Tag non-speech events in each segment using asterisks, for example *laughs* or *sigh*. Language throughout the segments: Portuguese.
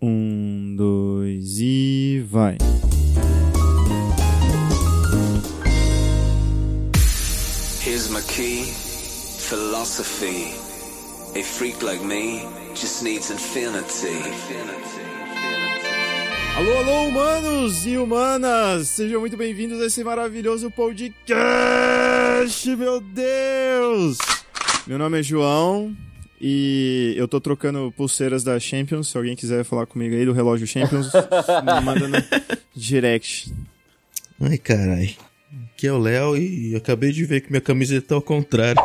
Um, dois e vai. Here's my key, philosophy. A freak like me just needs infinity. Alô, alô, humanos e humanas! Sejam muito bem-vindos a esse maravilhoso podcast, meu Deus! Meu nome é João e eu tô trocando pulseiras da Champions. Se alguém quiser falar comigo aí do relógio Champions, me manda no direct. Ai, carai. Aqui é o Léo e eu acabei de ver que minha camiseta tá ao contrário.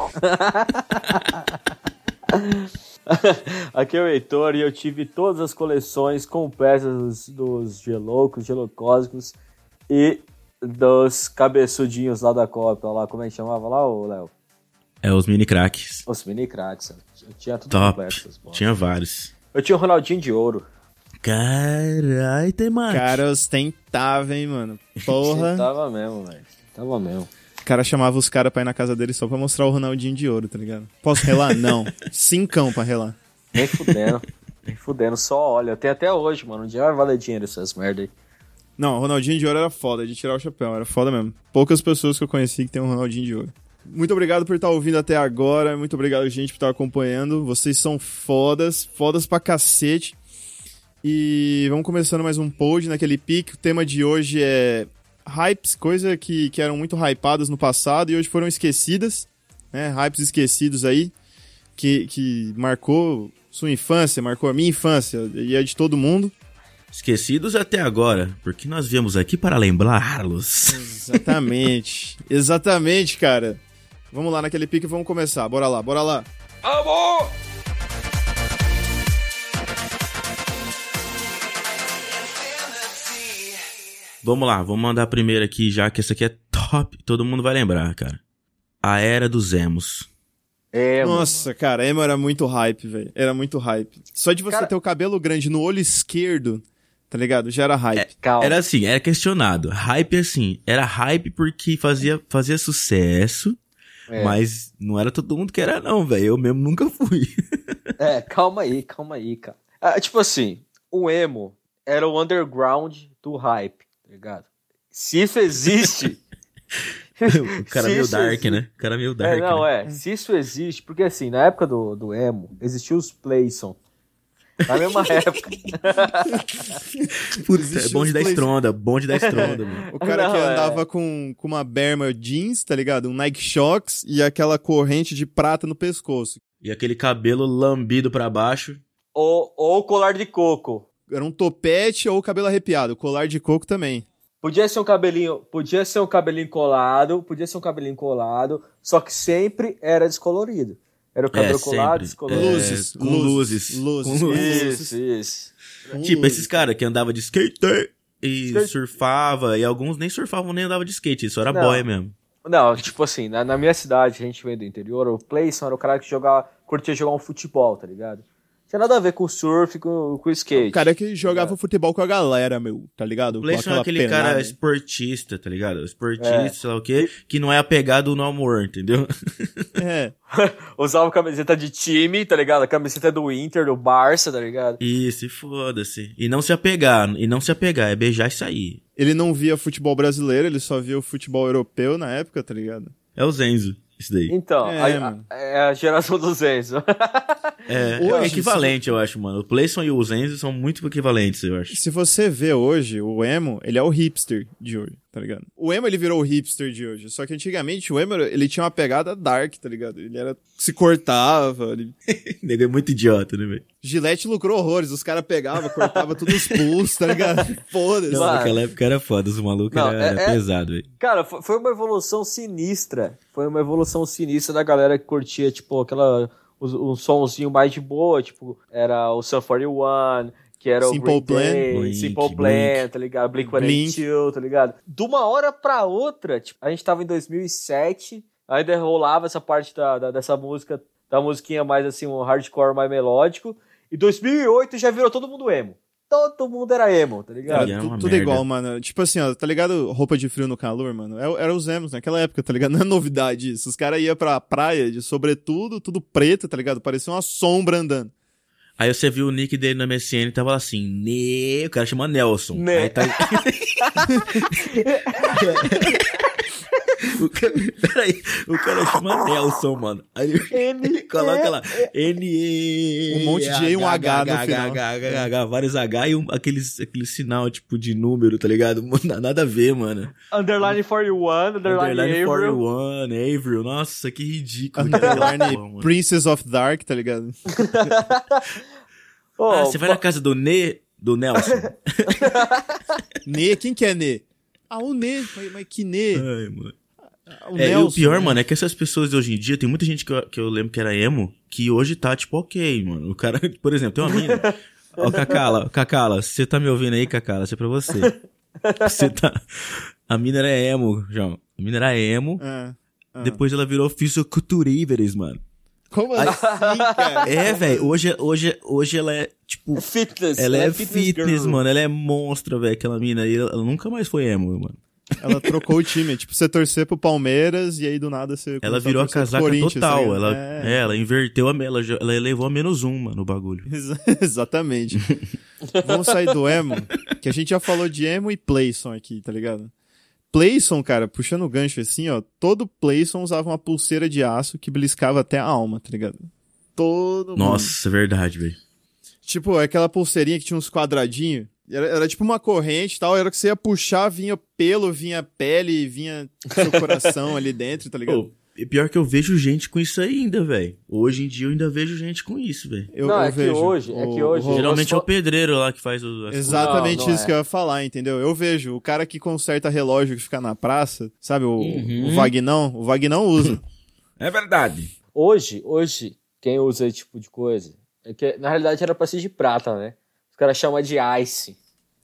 Aqui é o Heitor e eu tive todas as coleções completas dos, dos geloucos, gelocósmicos e dos cabeçudinhos lá da Copa, lá como é que chamava lá, ô Léo? É os mini cracks. Os mini cracks, eu tinha tudo Top. completo. essas bolas. Tinha vários. Eu tinha o Ronaldinho de ouro. Carai, tem mais. Cara ostentável, hein, mano? Você Porra! Tava mesmo, velho. Tava mesmo. O cara chamava os caras pra ir na casa dele só pra mostrar o Ronaldinho de ouro, tá ligado? Posso relar? Não. Cincão pra relar. Nem *laughs* fudendo. Nem fudendo, só olha. Tem até hoje, mano. Um dia vai valer dinheiro essas merda aí. Não, Ronaldinho de Ouro era foda, de tirar o chapéu, era foda mesmo. Poucas pessoas que eu conheci que tem um Ronaldinho de Ouro. Muito obrigado por estar ouvindo até agora, muito obrigado, gente, por estar acompanhando. Vocês são fodas, fodas pra cacete. E vamos começando mais um pod naquele pique. O tema de hoje é hypes, coisa que, que eram muito hypadas no passado e hoje foram esquecidas, né? Hypes esquecidos aí, que, que marcou sua infância, marcou a minha infância e a de todo mundo. Esquecidos até agora, porque nós viemos aqui para lembrá-los. Exatamente. *laughs* Exatamente, cara. Vamos lá naquele pique, vamos começar. Bora lá, bora lá. Vamos lá, vamos mandar primeiro aqui, já que essa aqui é top. Todo mundo vai lembrar, cara. A Era dos Emos. É, mano. Nossa, cara, Emo era muito hype, velho. Era muito hype. Só de você Cara- ter o cabelo grande no olho esquerdo, tá ligado? Já era hype. Calma. Era assim, era questionado. Hype assim, era hype porque fazia, fazia sucesso, É. mas não era todo mundo que era não, velho. Eu mesmo nunca fui. É, calma aí, calma aí, cara. Ah, tipo assim, o emo era o underground do hype, tá ligado? Se *laughs* isso existe. O cara Se meio isso dark, existe- né? O cara meio dark. É, não, né? é. Se isso existe, porque assim, na época do, do emo, existiam os Playson. Na mesma época. *laughs* Puta, é Existe bonde os da plays- estronda, bonde da estronda, mano. O cara que Não, é. andava com, com uma berma jeans, tá ligado? Um Nike Shox e aquela corrente de prata no pescoço. E aquele cabelo lambido pra baixo. Ou, ou o colar de coco. Era um topete ou cabelo arrepiado. Colar de coco também. Podia ser um cabelinho, podia ser um cabelinho colado, podia ser um cabelinho colado, só que sempre era descolorido. Era o cabelo colado, É, sempre. É. descolorido. Luzes, com luzes, luzes, luzes, com luzes. Isso, isso. Hum. Tipo, esses caras que andava de skate e Skate. surfava, e alguns nem surfavam nem andavam de skate, isso era Não. boy mesmo. Não, tipo assim, na, na minha cidade, a gente veio do interior, o Playson era o cara que jogava, curtia jogar um futebol, tá ligado? Tinha nada a ver com surf, com, com skate. O cara que jogava futebol com a galera, meu, tá ligado? O Com Playson é aquela aquele penada. cara esportista, tá ligado? Esportista, sei lá o quê, que não é apegado no amor, entendeu? *laughs* É. Usava camiseta de time, tá ligado? A camiseta do Inter, do Barça, tá ligado? Isso, e foda-se. E não se apegar, e não se apegar, é beijar e sair. Ele não via futebol brasileiro, ele só via o futebol europeu na época, tá ligado? É o Zenzo, isso daí. Então, É, a- a- mano. é a geração do *laughs* Zenzo. É, Hoje, é equivalente, eu acho, mano. O Playson e o Zenzo são muito equivalentes, eu acho. Se você vê hoje, o emo, ele é o hipster de hoje, tá ligado? O emo, ele virou o hipster de hoje, só que antigamente o emo, ele tinha uma pegada dark, tá ligado? Ele era... se cortava, ele... O Nego é muito idiota, né, velho? Gillette lucrou horrores, os caras pegavam, cortavam tudo os pulsos, tá ligado? Foda-se. Não, Mano. naquela época era foda, os malucos Não, era, é- era é- pesado, velho. Cara, fo- foi uma evolução sinistra. Foi uma evolução sinistra da galera que curtia, tipo, aquela. Um, um somzinho mais de boa, tipo, era o Sun 41, que era Simple o Green Day, Plan. Blink, Simple Plan, Blink. tá ligado? Blink 42, tá ligado? De uma hora pra outra, tipo, a gente tava em 2007, ainda rolava essa parte da, da- dessa música, da musiquinha mais assim, um hardcore mais melódico. E 2008 já virou todo mundo emo. Todo mundo era emo, tá Cara, ligado? Era tu- é uma tudo merda. igual, mano. Tipo assim, ó, tá ligado? Roupa de frio no calor, mano. É Era, era os emos naquela época, tá ligado? *laughs* Não é novidade *laughs* isso. Os caras iam pra praia de sobretudo, tudo preto, tá ligado? Parecia uma sombra andando. Aí você viu o nick dele na MSN e tava lá assim, né? O cara chama Nelson. Né. Aí tá. o cara... Peraí, o cara chama Nelson, mano. Aí ele *laughs* coloca lá, N Um monte de E e um H no final. H, vários H e um, aqueles, aquele sinal, tipo, de número, tá ligado? Mano, Nada a ver, mano. Underline 41, underline, Underline April. 41, Avril. Nossa, que ridículo. Porra, mano. Underline Princess of Dark, tá ligado? Ô, Ah, você vai ba- na casa do Ne, do Nelson. Nê, quem que é Nê? Ah, o Nê. Mas, mas que Nê? Ai, mano. Ah, o É, e o Nelson, né? pior, mano, é que essas pessoas de hoje em dia, tem muita gente que eu, que eu lembro que era emo, que hoje tá, tipo, ok, mano. O cara, *laughs* por exemplo, tem uma mina. Ó, Cacala, Cacala, você tá me ouvindo aí, Cacala? Isso é pra você. Você tá. *laughs* A mina era emo, João. A mina era emo. Ah, ah. é Depois ela virou fisiculturíveres, mano. Como assim, cara? É, velho. Hoje, hoje, hoje ela é, tipo. Fitness. Ela é fitness, fitness, girl. mano. Ela é monstra, velho. Aquela mina aí. Ela ela nunca mais foi emo, mano. Ela trocou o time. é Tipo, você torcer pro Palmeiras e aí do nada você. começou Ela virou a torcer pro casaca Corinthians, tá total. ligado? ela, É. é, ela inverteu a. me- Ela, já- ela elevou a menos um, mano, o bagulho. Exa- *laughs* Exatamente. Vamos sair do emo, que a gente já falou de emo e Playson aqui, tá ligado? Playson, cara, puxando o gancho assim, ó, todo Playson usava uma pulseira de aço que bliscava até a alma, tá ligado? Todo mundo. Nossa, é verdade, velho. Tipo, aquela pulseirinha que tinha uns quadradinhos. Era, era tipo uma corrente e tal, era que você ia puxar, vinha pelo, vinha pele, vinha seu coração ali dentro, tá ligado? Pô, e pior que eu vejo gente com isso ainda, velho. Hoje em dia eu ainda vejo gente com isso, velho. Eu, Não, eu é que vejo hoje- é que hoje- o- Geralmente só- é o pedreiro lá que faz o. as Exatamente Não, não isso é. que eu ia falar, entendeu? Eu vejo o cara que conserta relógio que fica na praça, sabe? O, Uhum. o Vagnão, o Vagnão usa. coisas. É verdade. Hoje, hoje, quem usa esse tipo de coisa, é que na realidade era pra ser de prata, né? Os caras chamam de ice.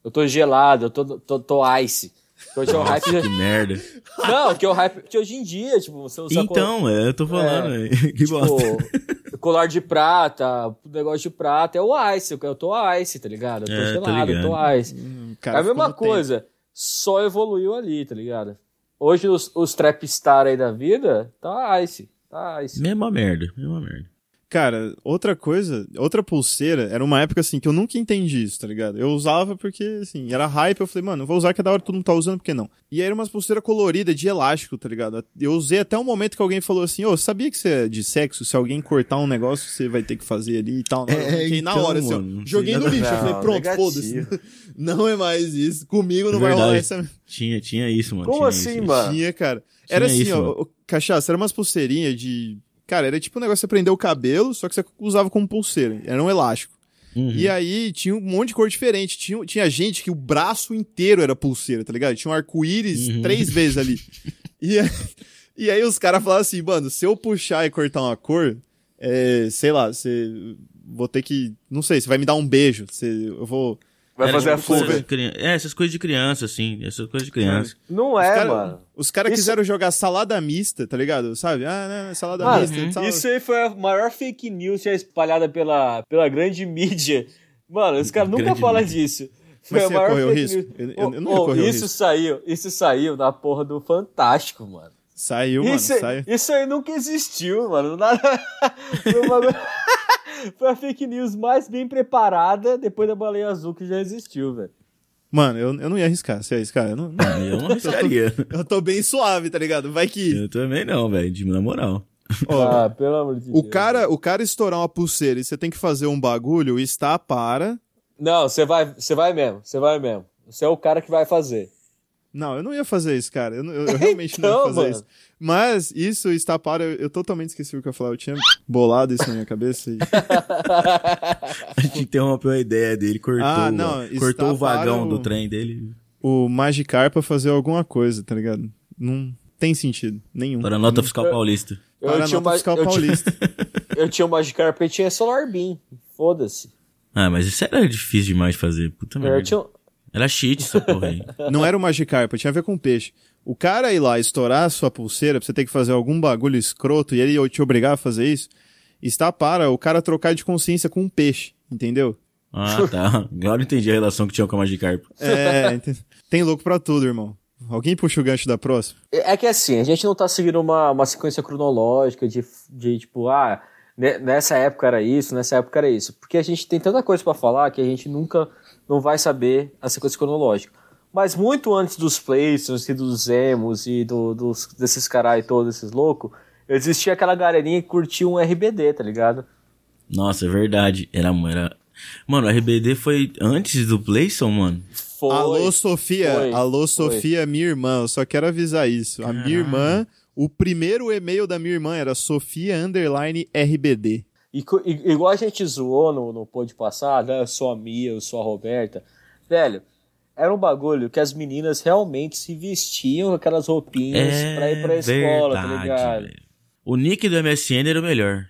Eu tô gelado, eu tô, tô, tô ice. Porque hoje é o hype. Que merda. Não, que é o hype de hoje em dia, tipo, você usa cor- Então, é, eu tô falando, velho. *laughs* Que tipo, bosta. *laughs* colar de prata, negócio de prata, é o ice. Eu tô ice, tá ligado? Eu tô É, tô gelado, eu tô ice. Hum, é cara, a ficou mesma no coisa, só evoluiu ali, tá ligado? Hoje os, os trapstar aí da vida, tá ice, tá ice. Mesma merda, mesma merda. Cara, outra coisa, outra pulseira, era uma época assim que eu nunca entendi isso, tá ligado? Eu usava porque, assim, era hype, eu falei, mano, eu vou usar que é da hora todo mundo tá usando, por que não? E aí era umas pulseiras coloridas de elástico, tá ligado? Eu usei até um momento que alguém falou assim, ô, sabia que você é de sexo? Se alguém cortar um negócio, você vai ter que fazer ali e tal. eu fiquei na então, hora, assim, ó, mano, não joguei sei no nada- lixo, eu falei, Não, pronto, negativo. foda-se. *laughs* Não é mais isso, comigo não vai Verdade. rolar essa Tinha, tinha isso, mano. Como tinha assim, isso. mano? tinha, cara. Era assim, isso, ó, mano. o- cachaça, era umas pulseirinhas de. Cara, era tipo um negócio de você prender o cabelo, só que você usava como pulseira. Era um elástico. Uhum. E aí tinha um monte de cor diferente. Tinha, tinha gente que o braço inteiro era pulseira, tá ligado? Tinha um arco-íris Uhum. três vezes *laughs* ali. E, aí- e aí os caras falavam assim, mano, se eu puxar e cortar uma cor, é, sei lá, você. Vou ter que. Não sei, você vai me dar um beijo. Você, eu vou. Vai Era fazer a tipo coisa fuga. de criança- É, essas coisas de criança, assim. Essas coisas de criança. Não é, Os cara- mano. Os caras Isso- quiseram jogar salada mista, tá ligado? Sabe? Ah, não, salada Mano, mista. tal. Isso é- aí foi a maior fake news já espalhada pela, pela grande mídia. Mano, os caras nunca Grande falam mídia. disso. Foi Mas a você maior correu fake risco? news. Eu- eu- eu não Ô, ia ô, correr o isso risco. saiu, isso saiu na porra do Fantástico, mano. Saiu, mano, isso, é- saiu. isso aí nunca existiu, mano. Nada... *laughs* Foi, uma... *laughs* Foi a fake news mais bem preparada depois da baleia azul que já existiu, velho. Mano, eu, eu não ia arriscar, você ia arriscar. Eu, não, não. Ah, Eu não arriscaria. eu tô bem suave, tá ligado? Vai que. Eu também não, velho. de- Na moral. Ó, ah, pelo amor de o, Deus. cara, o cara estourar uma pulseira e você tem que fazer um bagulho, está para. Não, você vai, você vai mesmo, você vai mesmo. Você é o cara que vai fazer. *laughs* Não, eu não ia fazer isso, cara. Eu, não- eu- eu realmente não ia *laughs* Então, fazer mano. isso. Mas isso está para. Eu, eu totalmente esqueci o que eu ia falar. Eu tinha bolado isso na minha cabeça. *laughs* e- *laughs* A gente interrompeu a ideia dele, cortou, Ah, não, cortou o está para vagão o- do trem dele. o Magikarpa fazer alguma coisa, tá ligado? Não tem sentido nenhum. Para a nota É. fiscal paulista. Eu Para a tinha nota uma- fiscal eu tinha- paulista. Eu tinha o Magikarp porque tinha Solar Beam. Foda-se. Ah, mas isso era difícil demais de fazer. Puta Uhum. Eu merda. tinha um- Era cheat essa porra *laughs* aí. Não era o Magikarpa, tinha a ver com peixe. O cara ir lá estourar a sua pulseira pra você ter que fazer algum bagulho escroto e ele te obrigar a fazer isso, está para o cara trocar de consciência com um peixe, entendeu? Ah, tá. Agora eu entendi a relação que tinha com a Magikarp. *laughs* É, ent- tem louco pra tudo, irmão. Alguém puxa o gancho da próxima? É que assim, a gente não tá seguindo uma, uma sequência cronológica de, de tipo, ah, ne- nessa época era isso, nessa época era isso. Porque a gente tem tanta coisa pra falar que a gente nunca não vai saber a sequência cronológica. Mas muito antes dos Playstations e dos Emos e do, dos, desses carai todos, esses loucos, existia aquela galerinha que curtia um RBD, tá ligado? Nossa, é verdade. Era, era... Mano, o RBD foi antes do Playson, mano. Foi. Alô, Sofia. Foi. Alô, Foi. Sofia, minha irmã. Eu só quero avisar isso. A minha irmã, o primeiro e-mail da minha irmã era sofia underline rbd. E, co- e- igual a gente zoou no, no pod passado, né? eu sou a Mia, eu sou a Roberta. Velho, era um bagulho que as meninas realmente se vestiam com aquelas roupinhas É pra ir pra escola, tá verdade, ligado? velho. O nick do MSN era o melhor.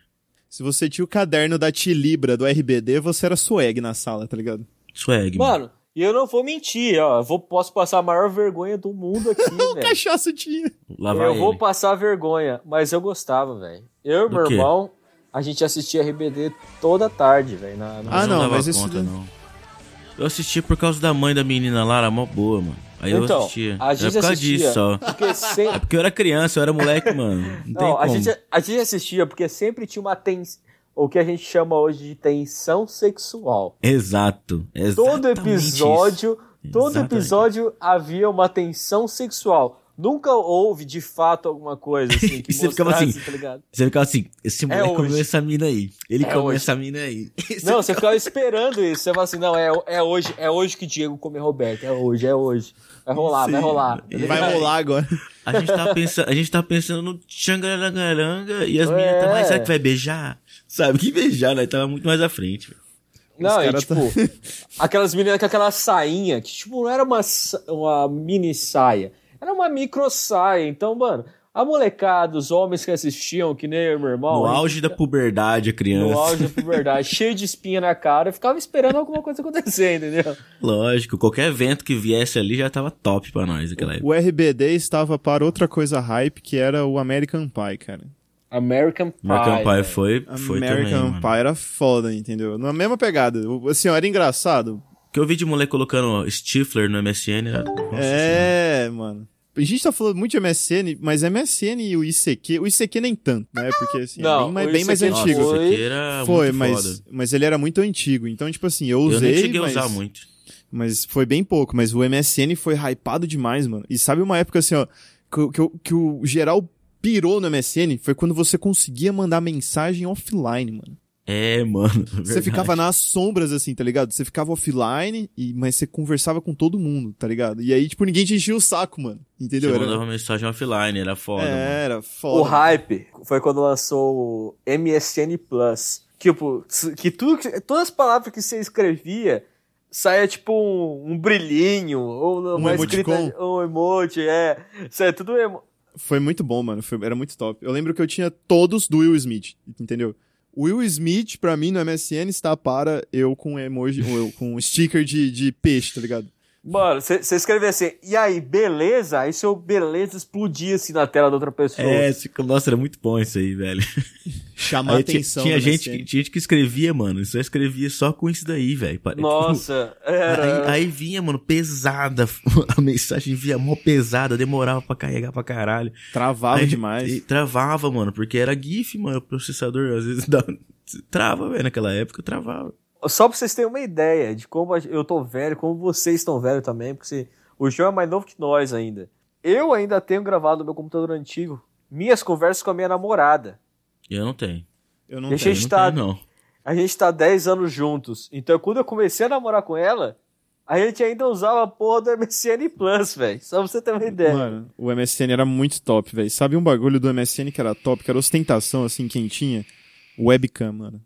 Se você tinha o caderno da Tilibra do RBD, você era swag na sala, tá ligado? Swag, mano. Mano, e eu não vou mentir, ó. Eu vou, posso passar a maior vergonha do *laughs* mundo aqui, velho. Cachaça tinha. Lá vai Eu vou ele. passar a vergonha, mas eu gostava, velho. Eu e Do meu quê? irmão, a gente assistia RBD toda tarde, velho. na- na- Ah, não, dava mas isso daí- não. Eu assisti por causa da mãe da menina lá, era mó boa, mano. Aí eu Então, assistia. a gente era por causa assistia. disso, ó. Porque *laughs* sem, É porque eu era criança, eu era *laughs* moleque, mano. Não, tem Não, como. a gente, a gente assistia porque sempre tinha uma tensão. O que a gente chama hoje de tensão sexual. Exato. Todo exatamente isso. episódio, todo Exatamente. episódio havia uma tensão sexual. Nunca houve de fato alguma coisa *laughs* assim que E você ficava mostrasse, assim, tá *laughs* ligado? Você ficava assim, esse moleque É hoje. comeu essa mina aí. Ele É comeu hoje. essa mina aí. Não, você ficava esperando isso. Você fala assim, não, é, é hoje, é hoje que Diego come Roberto, é hoje, é hoje. Vai rolar, vai Sim. rolar. tá ligado? Vai rolar agora. A gente tá pensando, a gente tá pensando no tchangarangaranga e as É. meninas tá mais, será que vai beijar? Sabe, que beijar, né? Tava muito mais à frente. velho. Não, Os e cara tipo, *laughs* aquelas meninas com aquela sainha, que tipo, não era uma, sa- uma mini saia, era uma micro saia. Então, mano, a molecada, os homens que assistiam, que nem eu e meu irmão, No a gente- auge da puberdade, a criança. é- no auge da *laughs* puberdade, cheio de espinha na cara, eu ficava esperando alguma coisa acontecer, entendeu? *laughs* Lógico, qualquer evento que viesse ali já tava top pra nós naquela época. O RBD estava para outra coisa hype, que era o American Pie, cara. American Pie. American Pie velho. foi, foi também, né? American mano. Pie era foda, entendeu? Na mesma pegada. O- Assim, ó, era engraçado. Que eu vi de moleque colocando Stifler no MSN. Era... né? Nossa Senhora. é, mano. A gente tá falando muito de MSN, mas MSN e o ICQ, o ICQ nem tanto, né? Porque assim, é Não, bem, mais- o bem mais ICQ antigo. Nossa, Foi- esse aqui era Foi, muito mas, foda. mas ele era muito antigo. Então, tipo assim, eu usei. eu nem cheguei mas, a usar muito. Mas foi bem pouco. Mas o MSN foi hypado demais, mano. E sabe uma época assim, ó, que, o- que, o- que o geral pirou no MSN? Foi quando você conseguia mandar mensagem offline, mano. É, mano. Você ficava nas sombras, assim, tá ligado? Você ficava offline, e, mas você conversava com todo mundo, tá ligado? E aí, tipo, ninguém te enchia o saco, mano. Você Entendeu? mandava mensagem offline, era É, foda, mano. era foda. né? O hype foi quando lançou o MSN Plus. Tipo, que tudo que- todas as palavras que você escrevia saia tipo um, um brilhinho, ou Um uma escrita, emoticon? um emoji, é. Saia tudo emo... Foi muito bom, mano. Foi- era muito top. Eu lembro que eu tinha todos do Will Smith, entendeu? O Will Smith, pra mim, no MSN, está para eu com emoji, ou eu com sticker de, de peixe, tá ligado? Mano, você você escrevia assim, e aí, beleza? Aí seu beleza explodia assim na tela da outra pessoa. É, esse- nossa, era muito bom isso aí, velho. Chamar Aí tinha, atenção. tinha no gente que, MSN. tinha gente que escrevia, mano. Só escrevia só com isso daí, velho. *laughs* Pare- Nossa, Aí, era. aí vinha, mano, pesada. *laughs* A mensagem vinha mó pesada, demorava pra carregar pra caralho. Travava Aí- demais. Né, e travava, mano, porque era GIF, mano. O processador às vezes *laughs* dá... um trava, velho. Naquela época travava. Só pra vocês terem uma ideia de como a- eu tô velho, como vocês estão velho também, porque se- o João é mais novo que nós ainda. Eu ainda tenho gravado no meu computador antigo minhas conversas com a minha namorada. Eu não tenho. É, Eu não Deixa tenho. eu- eu tá- não tenho, não. A gente tá 10 anos juntos. Então, quando eu comecei a namorar com ela, a gente ainda usava a porra do MSN Plus, velho. Só pra você ter uma ideia. Mano, o MSN era muito top, velho. Sabe um bagulho do MSN que era top, que era ostentação, assim, quem tinha? Webcam, mano.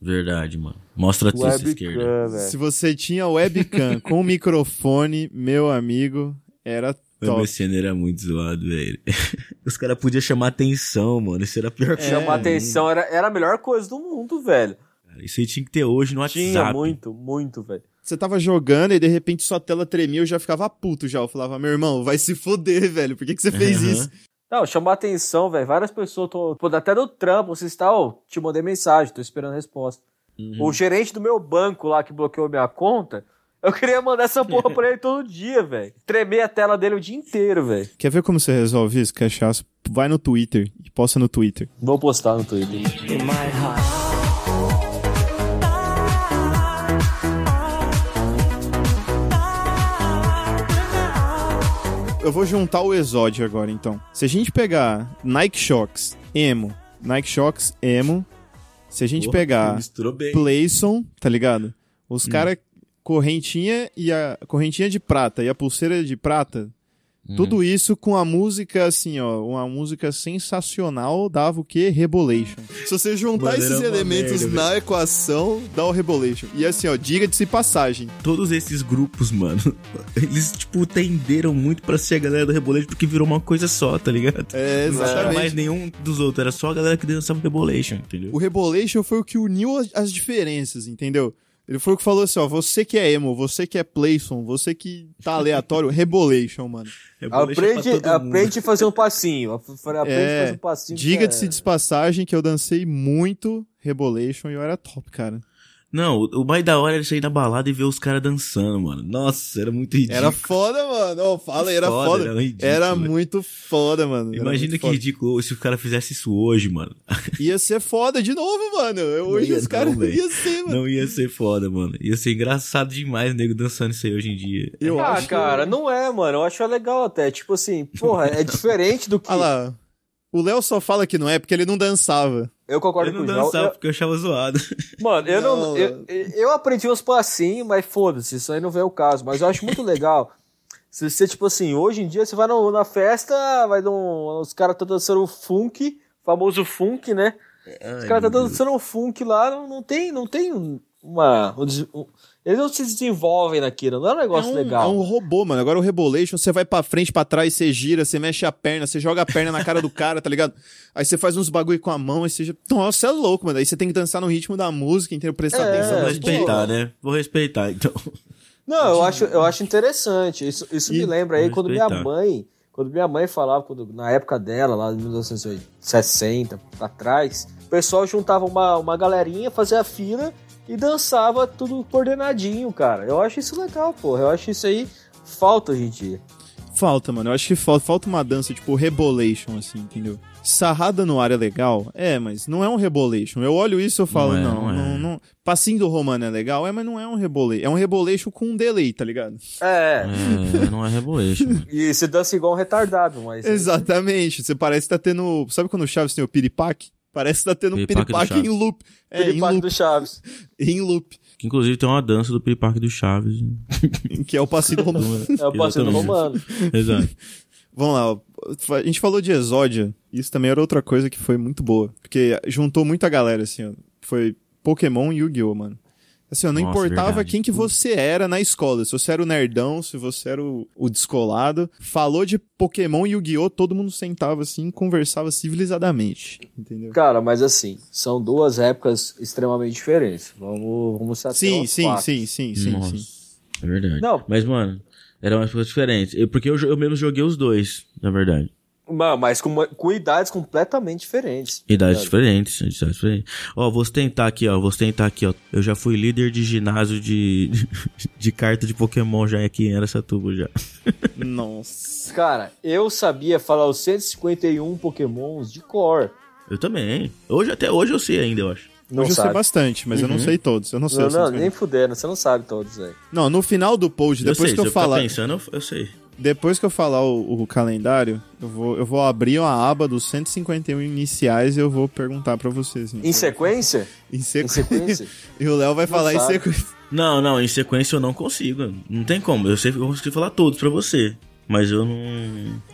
Verdade, mano. Mostra a testa esquerda. Webcam, velho. Se você tinha webcam com microfone, meu amigo, era O top. MSN era muito zoado, velho. *laughs* Os caras podiam chamar atenção, mano. Isso era a pior coisa. Chamar É. do atenção era, era a melhor coisa do mundo, velho. mundo, cara. Isso aí tinha que ter hoje no WhatsApp. Tinha muito, muito, velho. Você tava jogando e de repente sua tela tremia, eu já ficava puto já. Eu falava, meu irmão, vai se foder, *laughs* velho. Por que, que você fez Aham. isso? Não, chamou atenção, velho. Várias pessoas, tô, pô, até no trampo, você está, ó, te mandei mensagem, tô esperando a resposta. Uhum. O gerente do meu banco lá que bloqueou minha conta, Eu queria mandar essa porra pra ele todo dia, velho. Tremer a tela dele o dia inteiro, velho. Quer ver como você resolve isso, cachaço? Vai no Twitter e posta no Twitter. Vou postar no Twitter. Eu vou juntar o exódio agora, então. Se a gente pegar Nike Shox, emo, Nike Shox, emo, se a gente Porra, pegar Misturou bem. Playson, tá ligado? Os caras correntinha e a correntinha de prata e a pulseira de prata, tudo isso com a música assim, ó, uma música sensacional dava o quê? Rebolation. Se você juntar Mano, era esses uma elementos merda, na equação, dá o Rebolation. E assim, ó, diga-se passagem, Todos esses grupos, mano, *laughs* eles, tipo, tenderam muito pra ser a galera do Rebolation porque virou uma coisa só, tá ligado? é Não era mais exatamente. nenhum dos outros, era só a galera que dançava Rebolation, entendeu? O Rebolation foi o que uniu as- as diferenças, entendeu? Ele foi o que falou assim, ó, você que é emo, você que é playson, você que tá aleatório, Rebolation, mano. Rebolation É pra Aprende, todo mundo. aprende a fazer um passinho. Aprende É, a fazer um passinho. Diga-se cara. de passagem que eu dancei muito Rebolation e eu era top, cara. Não, o o mais da hora era sair na balada e ver os caras dançando, mano. Nossa, era muito ridículo. Era foda, mano. Ô, fala, aí, era Foda, foda. era ridículo, Era velho. muito foda, mano. Era Imagina muito que foda. ridículo se o cara fizesse isso hoje, mano. Ia ser foda de novo, mano. Eu- Não Hoje ia os não, caras velho. iam ser, mano. Não ia ser foda, mano. Ia ser engraçado demais o nego dançando isso aí hoje em dia. É Eu ah, acho. cara, não é, mano. Eu acho legal até. Tipo assim, porra, *laughs* é diferente do que. Olha lá. O Léo só fala que não é porque ele não dançava. eu concordo Eu não com o João. dançava porque eu achava zoado. Eu- Mano, eu não. Não, eu, eu aprendi uns passinhos, mas foda-se, isso aí não vem o caso. Mas eu acho muito legal. Se você, tipo assim, hoje em dia você vai no- na festa, vai num, os caras estão dançando o funk, famoso funk, né? Os tá caras estão dançando um funk lá, não, não tem, não tem um- uma. um des- um- eles não se desenvolvem naquilo, não é um negócio é um, legal. é um robô, mano. Agora o Rebolation, você vai pra frente, pra trás, você gira, você mexe a perna, você joga a perna na cara do cara, tá ligado? Aí você faz uns bagulho com a mão, aí você... já- Nossa, você é louco, mano. Aí você tem que dançar no ritmo da música, inteiro, prestar É, atenção. Vou no mas, ritmo. respeitar, né? Vou respeitar, então. Não, eu acho, eu acho interessante. Isso, isso E- me lembra aí vou quando minha respeitar. mãe. Quando minha mãe falava, quando, na época dela, lá em 1960 pra trás, o pessoal juntava uma, uma galerinha, fazia a fila e dançava tudo coordenadinho, cara. Eu acho isso legal, porra. Eu acho isso aí falta hoje em dia. Falta, mano. Eu acho que falta, falta uma dança, tipo, rebolation, assim, entendeu? Sarrada no ar é legal? É, mas não é um rebolation. Eu olho isso e eu falo, Não é, não, não, não é. não, Passinho do romano é legal? É, mas não é um rebolation. É um rebolation com um delay, tá ligado? *laughs* É, É, não é rebolation, mano. e você dança igual um retardado, mas. Exatamente. Você parece que tá tendo... Sabe quando o Chaves tem o piripaque? Parece que tá tendo um Piripaque do piripaque em Chaves. loop. É, em Piripaque loop, do Chaves. em loop. Que inclusive tem uma dança do Piripaque do Chaves. né? Que é o passinho do *laughs* romano. É o passeio do Exatamente. Romano. Exato. Vamos lá, ó. a gente falou de Exódia, isso também era outra coisa que foi muito boa, porque juntou muita galera, assim, ó. foi Pokémon e Yu-Gi-Oh, mano. Assim, ó, não Nossa, importava verdade. quem que você era na escola, se você era o nerdão, se você era o, o descolado, falou de Pokémon e Yu-Gi-Oh, todo mundo sentava assim e conversava civilizadamente, entendeu? Cara, mas assim, são duas épocas extremamente diferentes. Vamos, vamos se ater Sim, aos sim, fatos. sim, sim, sim, Nossa, sim. É verdade. Não. Mas, mano, eram umas coisas diferentes. Eu- porque eu, jo- eu mesmo joguei os dois, na verdade. Ma- Mas com, uma- com idades completamente diferentes. Idades Cara, diferentes, idades diferentes. Ó, vou tentar aqui, ó. Vou tentar aqui, ó. Eu já fui líder de ginásio de, *laughs* de, carta de Pokémon já aqui em Aracatuba já. Nossa. Cara, eu sabia falar os 151 pokémons de cor. Eu também. Hoje até hoje eu sei ainda, eu acho. Não Hoje eu sei sabe. bastante, mas eu não Uhum. sei todos. Eu não sei. não, eu sei não, todos. nem fudendo, você não sabe todos, velho. Não, no final do post, depois eu sei, tá que se eu falar, Ficar pensando, eu, eu sei. Depois que eu falar o, o calendário, eu vou, eu vou abrir uma aba dos 151 iniciais e eu vou perguntar pra vocês. então. Em sequência? Em Em sequência. sequência? *laughs* e o Léo vai falar em sabe. sequência. Não, não, em sequência eu não consigo. Não tem como. Eu sei eu consigo falar todos pra você. Mas eu não.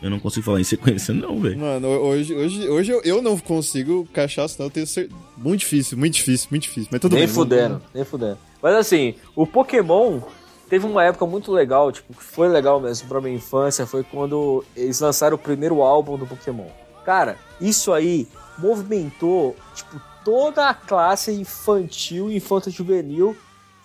Eu não consigo falar em sequência, não, velho. Mano, hoje, hoje, hoje eu, eu não consigo cachaça, não. Eu tenho certeza. Muito difícil, muito difícil, muito difícil. Mas tudo nem bem. fudendo, nem fudendo. Mas assim, o Pokémon teve uma época muito legal, tipo, que foi legal mesmo pra minha infância, foi quando eles lançaram o primeiro álbum do Pokémon. Cara, isso aí movimentou, tipo, toda a classe infantil, infanto-juvenil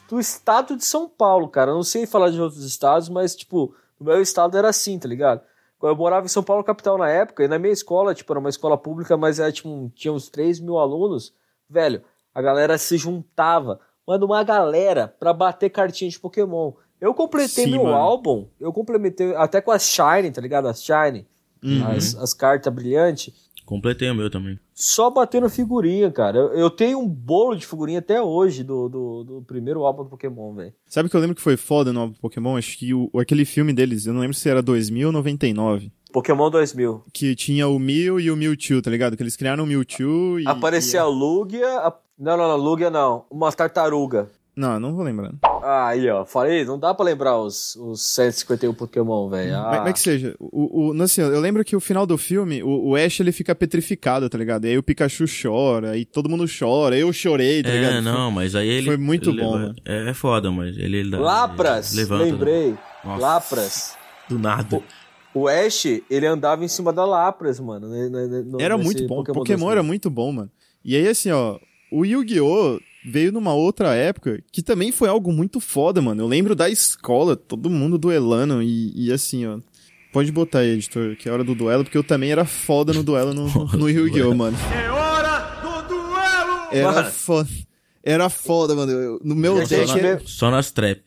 do estado de São Paulo, cara. Eu não sei falar de outros estados, mas, tipo, no meu estado era assim, tá ligado? Eu morava em São Paulo, capital, na época, e na minha escola, tipo, era uma escola pública, mas era, tipo, tinha uns 3 mil alunos. Velho, a galera se juntava, manda uma galera pra bater cartinha de Pokémon. Eu completei Sim, meu mano. álbum, eu complementei até com as Shine, tá ligado? As Shine, Uhum. as, as cartas brilhantes, Completei o meu também. só batendo figurinha, cara. Eu, eu tenho um bolo de figurinha até hoje do, do, do primeiro álbum do Pokémon, velho. Sabe que eu lembro que foi foda no álbum Pokémon? Acho que o, aquele filme deles, eu não lembro se era 2000 ou 99, Pokémon 2000. que tinha o Mew e o Mewtwo, tá ligado? Que eles criaram o Mewtwo e... é. Aparecia a Lugia. a- Não, não, não, Lugia não. Uma tartaruga. e- Não, não vou lembrar. Aí, ó, falei, não dá pra lembrar os, os 151 Pokémon, velho. Mas, Ah, mas é que seja, o, o, não, assim, eu lembro que o final do filme, o, o Ash ele fica petrificado, tá ligado? E aí o Pikachu chora, e todo mundo chora, eu chorei, tá é, ligado? não, mas aí ele. Foi muito ele bom, leva- mano. É, é foda, mas ele. ele dá- Lapras, ele levanta, né? lembrei. Nossa. Lapras. Do nada. O Ash, ele andava em cima da Lapras, mano. né, né, né, no- Era nesse muito bom. Pokémon, 2000. era muito bom, mano. E aí, assim, ó, o Yu-Gi-Oh! veio numa outra época que também foi algo muito foda, mano. Eu lembro da escola, todo mundo duelando e, e assim, ó. Pode botar aí, editor, que é hora do duelo, porque eu também era foda no duelo *laughs* no, no, no Yu-Gi-Oh, mano. É hora do duelo! Era Mano. foda. Era foda, mano. Eu- no meu Gente, deck, Só, era- na, só nas trap.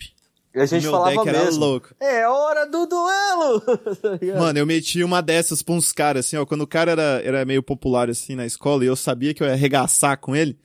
E a gente meu falava deck era mesmo. louco. É hora do duelo! *laughs* Mano, eu meti uma dessas pra uns caras, assim, ó. Quando o cara era, era meio popular, assim, na escola, e eu sabia que eu ia arregaçar com ele,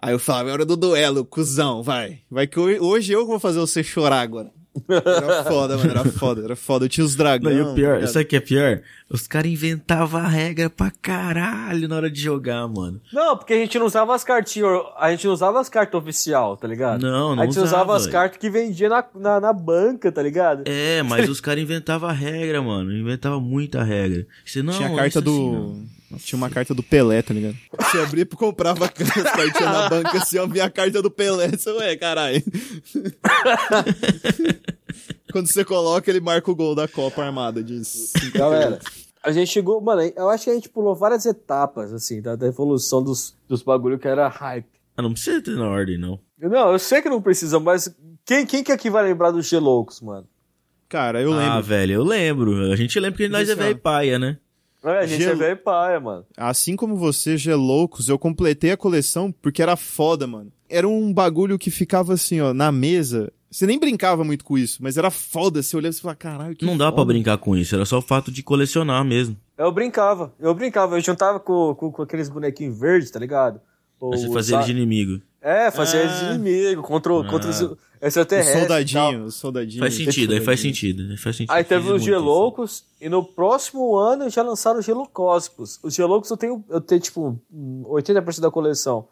aí eu falava, é hora do duelo, cuzão, vai. Vai que ho- hoje eu vou fazer você chorar agora. Era foda, mano, era foda, era foda. Eu tinha os tá dragões. e o pior, sabe o que é pior? Os caras inventavam a regra pra caralho na hora de jogar, mano. Não, porque a gente não usava as cartinhas, a gente não usava as cartas oficial, tá ligado? Não, não A gente usava, usava. as cartas que vendia na, na, na banca, tá ligado? É, mas os caras inventavam a regra, mano. Inventava muita regra. Você não tinha a é carta isso assim, do. não. tinha uma carta do Pelé, tá ligado? Se abrir, comprava as cartinhas *laughs* na banca, assim, ó, via a carta do Pelé. Você, ué, *laughs* caralho. Quando você coloca, ele marca o gol da Copa armada de 50 Galera, a gente chegou, mano, eu acho que a gente pulou várias etapas, assim, da, da evolução dos, dos bagulho que era hype. Ah, não precisa ter na ordem, não. Não, eu sei que não precisa, mas quem, quem que aqui vai lembrar dos Geloucos, mano? Cara, eu ah, lembro. velho, eu lembro. A gente lembra que nós é Isso, velho ó. paia, né? É, a gente Gelo- é velho paia, mano. Assim como você, Geloucos, eu completei a coleção porque era foda, mano. Era um bagulho que ficava assim, ó, na mesa. Você nem brincava muito com isso, mas era foda. Você olhava e você falava, caralho, que Não dá foda. pra brincar com isso, era só o fato de colecionar mesmo. Eu brincava, eu brincava, eu juntava com, com, com aqueles bonequinhos verdes, tá ligado? Ou, Aí você fazer ele de Ah. inimigo. É, fazia eles Ah. de inimigo, contra, o- contra os extraterrestres. O e tal. soldadinho, o soldadinho. Faz sentido, aí faz Soldadinho. sentido, aí faz sentido. Aí Fiz teve os muito Geloucos, e no próximo ano já lançaram os Gelocósmicos. Os Geloucos eu tenho, eu tenho tipo, hum, 80% da coleção.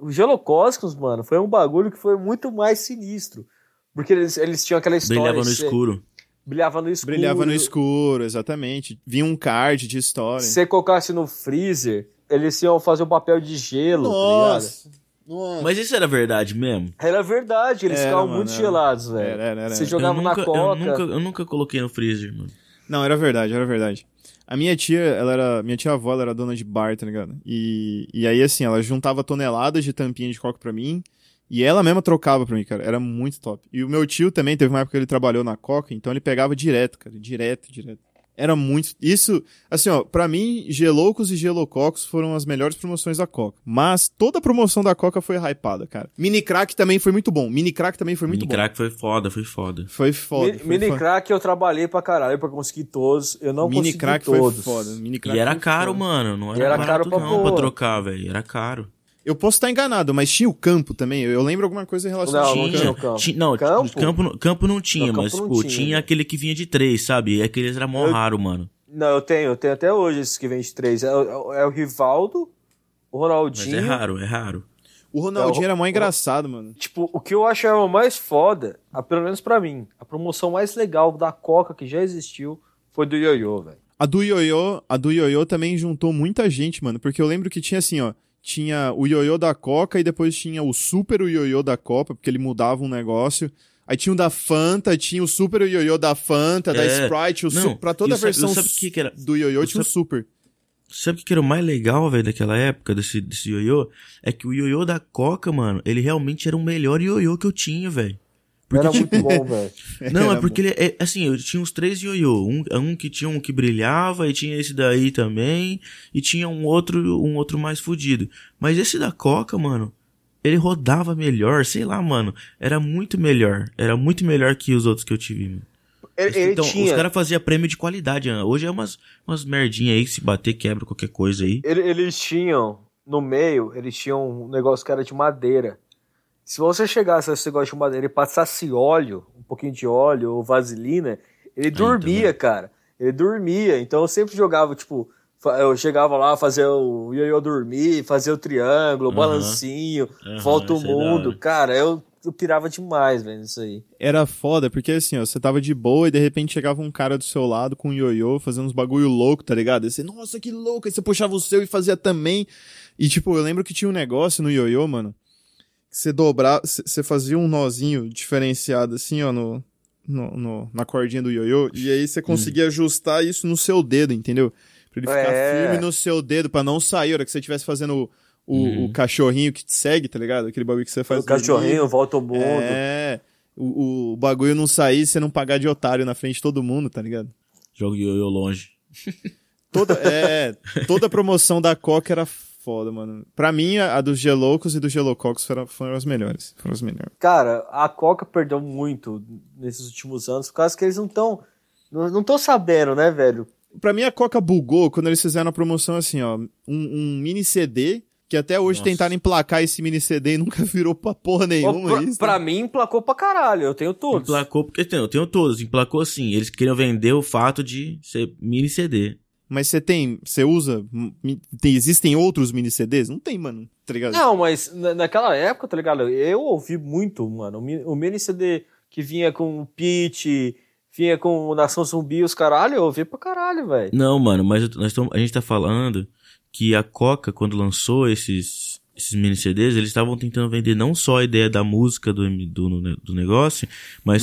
Os Gelocósmicos, mano, foi um bagulho que foi muito mais sinistro. Porque eles, eles tinham aquela isso. história. Brilhava no de ser- escuro. Brilhava no escuro. Brilhava no escuro, exatamente. Vinha um card de história. Se você colocasse no freezer, eles iam fazer o papel de gelo, tá ligado? Nossa! Nossa! Mas isso era verdade mesmo? Era verdade, eles Era, ficavam mano, muito era. gelados, velho. Era, era, era. Você jogava eu nunca, na Eu coca. nunca, eu nunca coloquei no freezer, mano. Não, era verdade, era verdade. A minha tia, ela era. Minha tia avó, ela era dona de bar, tá ligado? E, e aí, assim, ela juntava toneladas de tampinha de coca pra mim. E ela mesma trocava pra mim, cara. Era muito top. E o meu tio também, teve uma época que ele trabalhou na coca, então ele pegava direto, cara. Direto, direto. Era muito. Isso, assim, ó, pra mim, Geloucos e Gelococos foram as melhores promoções da Coca. Mas toda a promoção da Coca foi hypada, cara. Mini crack também foi muito bom. Mini crack também foi muito Mini bom. crack foi foda, foi foda. Foi foda. Mi- foi mini foda. crack eu trabalhei pra caralho pra conseguir todos. Eu não Mini consegui crack foi todos. foda. né? Mini crack E era foi caro, foda. mano. Não E era, era barato, caro pra não, pra porra. trocar, velho. Era caro. Eu posso estar enganado, mas tinha o campo também. Eu lembro alguma coisa relacionada Não, ao não campo. tinha o campo. ti- não, Campo? campo? Campo, não- campo não tinha, Não, campo mas não pô, tinha, tinha, né? aquele que vinha de três, sabe? E aqueles era mó Eu- raro, mano. Não, eu tenho, eu tenho até hoje esses que vende três. É, o- é o Rivaldo, Mas o Ronaldinho. é raro, é raro. O Ronaldinho Não, era mó o- engraçado, mano. Tipo, o que eu achava mais foda, ah, pelo menos pra mim, a promoção mais legal da Coca que já existiu foi do Yoyo, velho. A do Ioiô, a do Ioiô também juntou muita gente, mano. Porque eu lembro que tinha assim, ó. Tinha o Ioiô da Coca e depois tinha o Super Ioiô da Copa, porque ele mudava um negócio. Aí tinha o da Fanta, tinha o Super Ioiô da Fanta, da É. Sprite, o Não, Super. Pra e toda a sabe- versão sabe o que que era? do Ioiô Eu tinha o sabe- Super. Sabe o que que era o mais legal, velho, daquela época, desse, desse ioiô? É que o ioiô da Coca, mano, ele realmente era o melhor ioiô que eu tinha, velho. Porque, Era tipo, muito *laughs* bom, velho. não, é Era porque ele, é, assim, eu tinha uns três ioiô. Um, um que tinha um que brilhava, e tinha esse daí também, e tinha um outro, um outro mais fudido. Mas esse da Coca, mano, ele rodava melhor, sei lá, mano. Era muito melhor. Era muito melhor que os outros que eu tive, mano. Ele, ele então, tinha. os caras faziam prêmio de qualidade, né? Hoje é umas, umas merdinhas aí, que se bater, quebra qualquer coisa aí. Ele- eles tinham, no meio, eles tinham um negócio que era de madeira. Se você chegasse a esse negócio de madeira e passasse óleo, um pouquinho de óleo ou vaselina, ele dormia, cara. Ele dormia. Então eu sempre jogava, tipo, fa- eu chegava lá, fazia o ioiô dormir, fazia o triângulo, o Aham. balancinho, Aham, volta o isso é da mundo. hora. Cara, eu, eu pirava demais, velho, isso aí. Era foda, porque assim, ó, você tava de boa e de repente chegava um cara do seu lado com um ioiô fazendo uns bagulho louco, tá ligado? E você, nossa, que louco! Aí você puxava o seu e fazia também. E tipo, eu lembro que tinha um negócio no ioiô, mano, que você dobrava, c- você fazia um nozinho diferenciado assim, ó, no, no, no- na cordinha do ioiô, e aí Hum. você conseguia ajustar isso no seu dedo, entendeu? Pra ele ficar É. firme no seu dedo, pra não sair, a hora que você estivesse fazendo o, o- o cachorrinho que te segue, tá ligado? Aquele bagulho que você faz Uhum. o dormir. cachorrinho, volta o mundo. É. O, o bagulho não sair e você não pagar de otário na frente de todo mundo, tá ligado? Jogo ioiô longe. *laughs* Toda, é, toda a promoção da Coca era foda, mano. Pra mim, a, a dos Geloucos e dos Gelococos foram, foram as melhores. Foram as melhores. Cara, a Coca perdeu muito nesses últimos anos, por causa que eles não estão. Não estão sabendo, né, velho? Pra mim, a Coca bugou quando eles fizeram a promoção assim, ó. Um, um mini CD, que até hoje Nossa. tentaram emplacar esse mini CD e nunca *laughs* virou pra porra nenhuma. pra, isso, pra né? mim, emplacou pra caralho. Eu tenho todos. Emplacou, porque tem- eu tenho todos. Emplacou assim. Eles queriam vender o fato de ser mini CD. Mas você tem, você usa, mi- tem- existem outros mini CDs? Não tem, mano, tá ligado? Não, mas na- naquela época, tá ligado? Eu ouvi muito, mano. O mi- O mini CD que vinha com o Pete, vinha com o Nação Zumbi, os caralho, eu ouvi pra caralho, velho. Não, mano, mas eu- nós tamo- a gente tá falando que a Coca, quando lançou esses, esses mini CDs, eles estavam tentando vender não só a ideia da música do, M- do, no- do negócio, mas,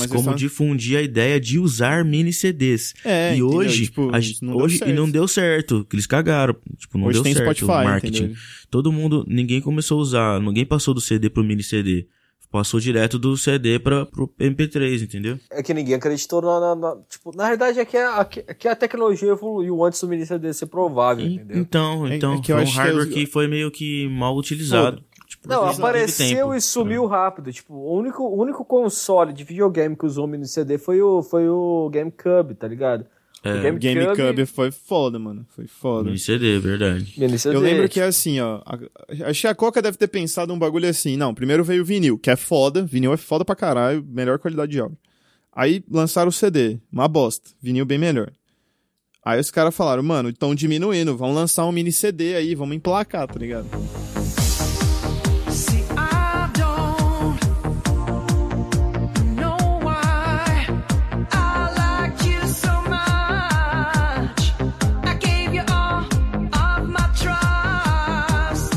Mas eles como tavam- difundir a ideia de usar mini CDs. É, e entendeu? hoje, Tipo, a gente- não deu hoje e certo. não deu certo, que eles cagaram, tipo, não hoje deu tem certo Spotify, o marketing. entendeu? Todo mundo, ninguém começou a usar, ninguém passou do CD pro mini CD. Passou direto do CD para pro MP3, entendeu? É que ninguém acreditou na. na- na- tipo, na verdade, é que a, a- que a tecnologia evoluiu antes do mini CD ser provável, En- entendeu? Então, É- então, é que eu foi um acho que hardware eu- que, foi meio que mal utilizado. Tipo, Não, eles teve tempo apareceu e É. sumiu rápido. Tipo, o único, o único console de videogame que usou mini CD foi o, foi o GameCube, tá ligado? É, o O GameCube foi foda, mano. Foi pra- foda. Mini CD, é verdade. Mini CD. Eu lembro que é assim, ó. a- Acho que a Coca deve ter pensado um bagulho assim. Não, primeiro veio o vinil, que é foda. Vinil é foda pra caralho, melhor qualidade de áudio. Aí lançaram o CD, uma bosta. Vinil bem melhor. Aí os caras falaram, mano, estão diminuindo, vamos lançar um mini CD aí, vamos emplacar, tá ligado? See, I don't know why I liked you so much. I gave you all of my trust.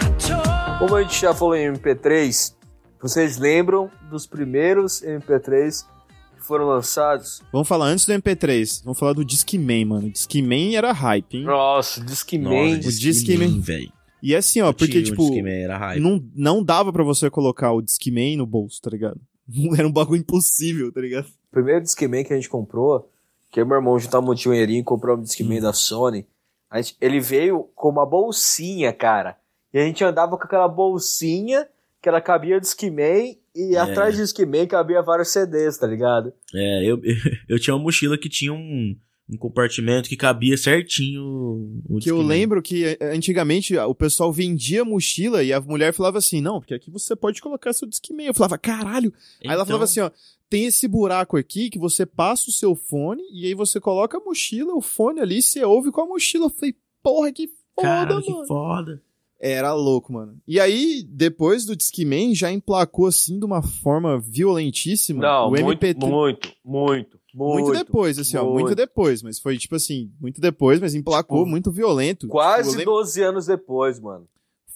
I told Como a gente já falou em MP3, vocês lembram dos primeiros MP3 que foram lançados? Vamos falar antes do MP3, vamos falar do Discman, mano. Discman era hype, hein? Nossa, Discman. Nossa, Discman. velho. E assim, ó, porque, Tinha um tipo, Discman, era hype. não, não dava pra você colocar o Discman no bolso, tá ligado? *laughs* Era um bagulho impossível, tá ligado? O primeiro Discman que a gente comprou, que eu e meu irmão juntava um dinheirinho e comprou um Discman da Sony, a gente- ele veio com uma bolsinha, cara. E a gente andava com aquela bolsinha que ela cabia o Discman e É. atrás do Discman cabia vários CDs, tá ligado? É, eu, *laughs* eu tinha uma mochila que tinha um, um compartimento que cabia certinho o o Que eu Discman. lembro que eh, antigamente ah, o pessoal vendia mochila e a mulher falava assim: não, porque aqui você pode colocar seu Discman. Eu falava, caralho. Aí ela Então, falava assim: ó, tem esse buraco aqui que você passa o seu fone e aí você coloca a mochila, o fone ali, você ouve com a mochila. Eu falei, porra, que foda, Cara, mano. que foda. Era louco, mano. E aí, depois do Discman, já emplacou assim de uma forma violentíssima. o MP3 muito, muito, muito depois, assim, ó, muito muito. depois, mas foi tipo assim, muito depois, mas emplacou, Tipo, muito violento. Tipo, eu Quase lembro- 12 anos depois, mano.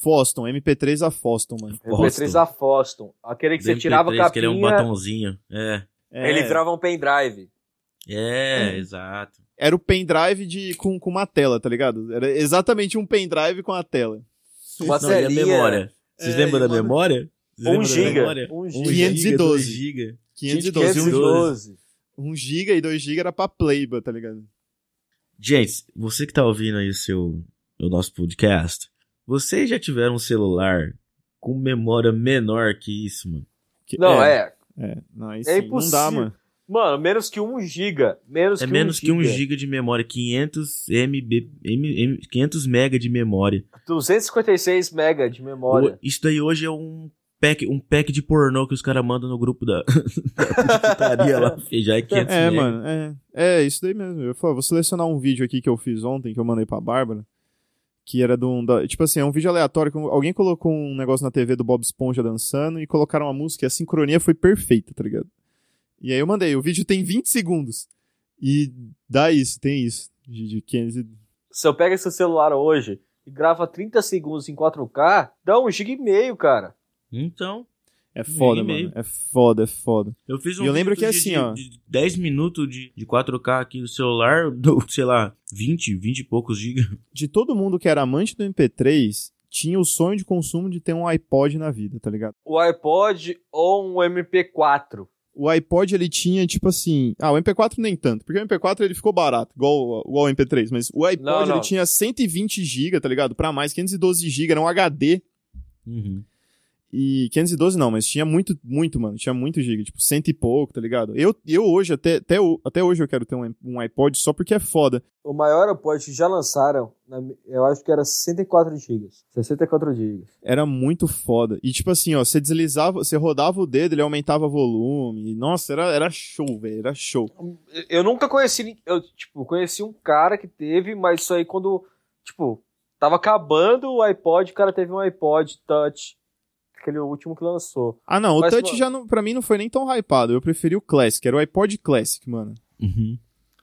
Foston, MP3 a Foston, mano. MP3 da Foston. Aquele que Do você tirava a MP3, capinha, que ele é um batonzinho. É. É, ele virava um pendrive. É, exato. Era o pendrive de, com, com uma tela, tá ligado? Era exatamente um pendrive com a tela. Uma Não, e a telinha. memória? Vocês É, lembram da mano. memória? Vocês 1 lembram da giga. memória? 1 1 giga. giga, 2 512. giga. 512, 512. 512. 1 GB um e 2 GB era pra Playboy, tá ligado? Gente, você que tá ouvindo aí o seu o nosso podcast, vocês já tiveram um celular com memória menor que isso, mano. Que- Não, é. é. Não, aí É sim, Não dá, impossível. mano. Mano, menos que 1 giga. Menos é que menos 1 que 1 GB de memória, 500 MB, M, M- 500 mega de memória. 256 mega de memória. O- isso daí hoje é um pack, um pack de pornô que os caras mandam no grupo da, *laughs* da *laughs* putaria lá, filho, já é 500 É, mega. mano, é, é isso daí mesmo. Eu falo, vou selecionar um vídeo aqui que eu fiz ontem, que eu mandei pra Bárbara, que era de um. da- tipo assim, é um vídeo aleatório. que alguém colocou um negócio na TV do Bob Esponja dançando e colocaram uma música e a sincronia foi perfeita, tá ligado? E aí eu mandei, o vídeo tem 20 segundos. E dá isso, tem isso. De, de 15. Se eu pego esse celular hoje e grava 30 segundos em 4K, dá 1 giga e meio, cara. Então, É foda, e meio. mano. É foda, é foda. eu fiz um E eu lembro vídeo que é de- assim, de- ó. de 10 minutos de, de 4K aqui no celular, do, sei lá, 20, 20 e poucos gigas. de todo mundo que era amante do MP3 tinha o sonho de consumo de ter um iPod na vida, tá ligado? O iPod ou um MP4. O iPod ele tinha tipo assim, ah, o MP4 nem tanto, porque o MP4 ele ficou barato, igual, igual o MP3, mas o iPod Não, não. ele tinha 120 GB, tá ligado? Pra mais 512 GB, era um HD Uhum. e 512 não, mas tinha muito, muito, mano, tinha muito giga, tipo cento e pouco, tá ligado? Eu, eu hoje até até, o- até hoje eu quero ter um, um iPod só porque é foda. O maior iPod que já lançaram, na- eu acho que era 64 GB. 64 GB. Era muito foda. E tipo assim, ó, você deslizava, você rodava o dedo, ele aumentava volume. E, nossa, era, era show, velho, era show. Eu nunca conheci, nin- eu tipo, conheci um cara que teve, mas isso aí quando, tipo, tava acabando o iPod, o cara teve um iPod Touch, aquele último que lançou. Ah, não, o Mas, Touch mano- já não, pra mim não foi nem tão hypado. Eu preferi o Classic, era o iPod Classic, mano. Uhum.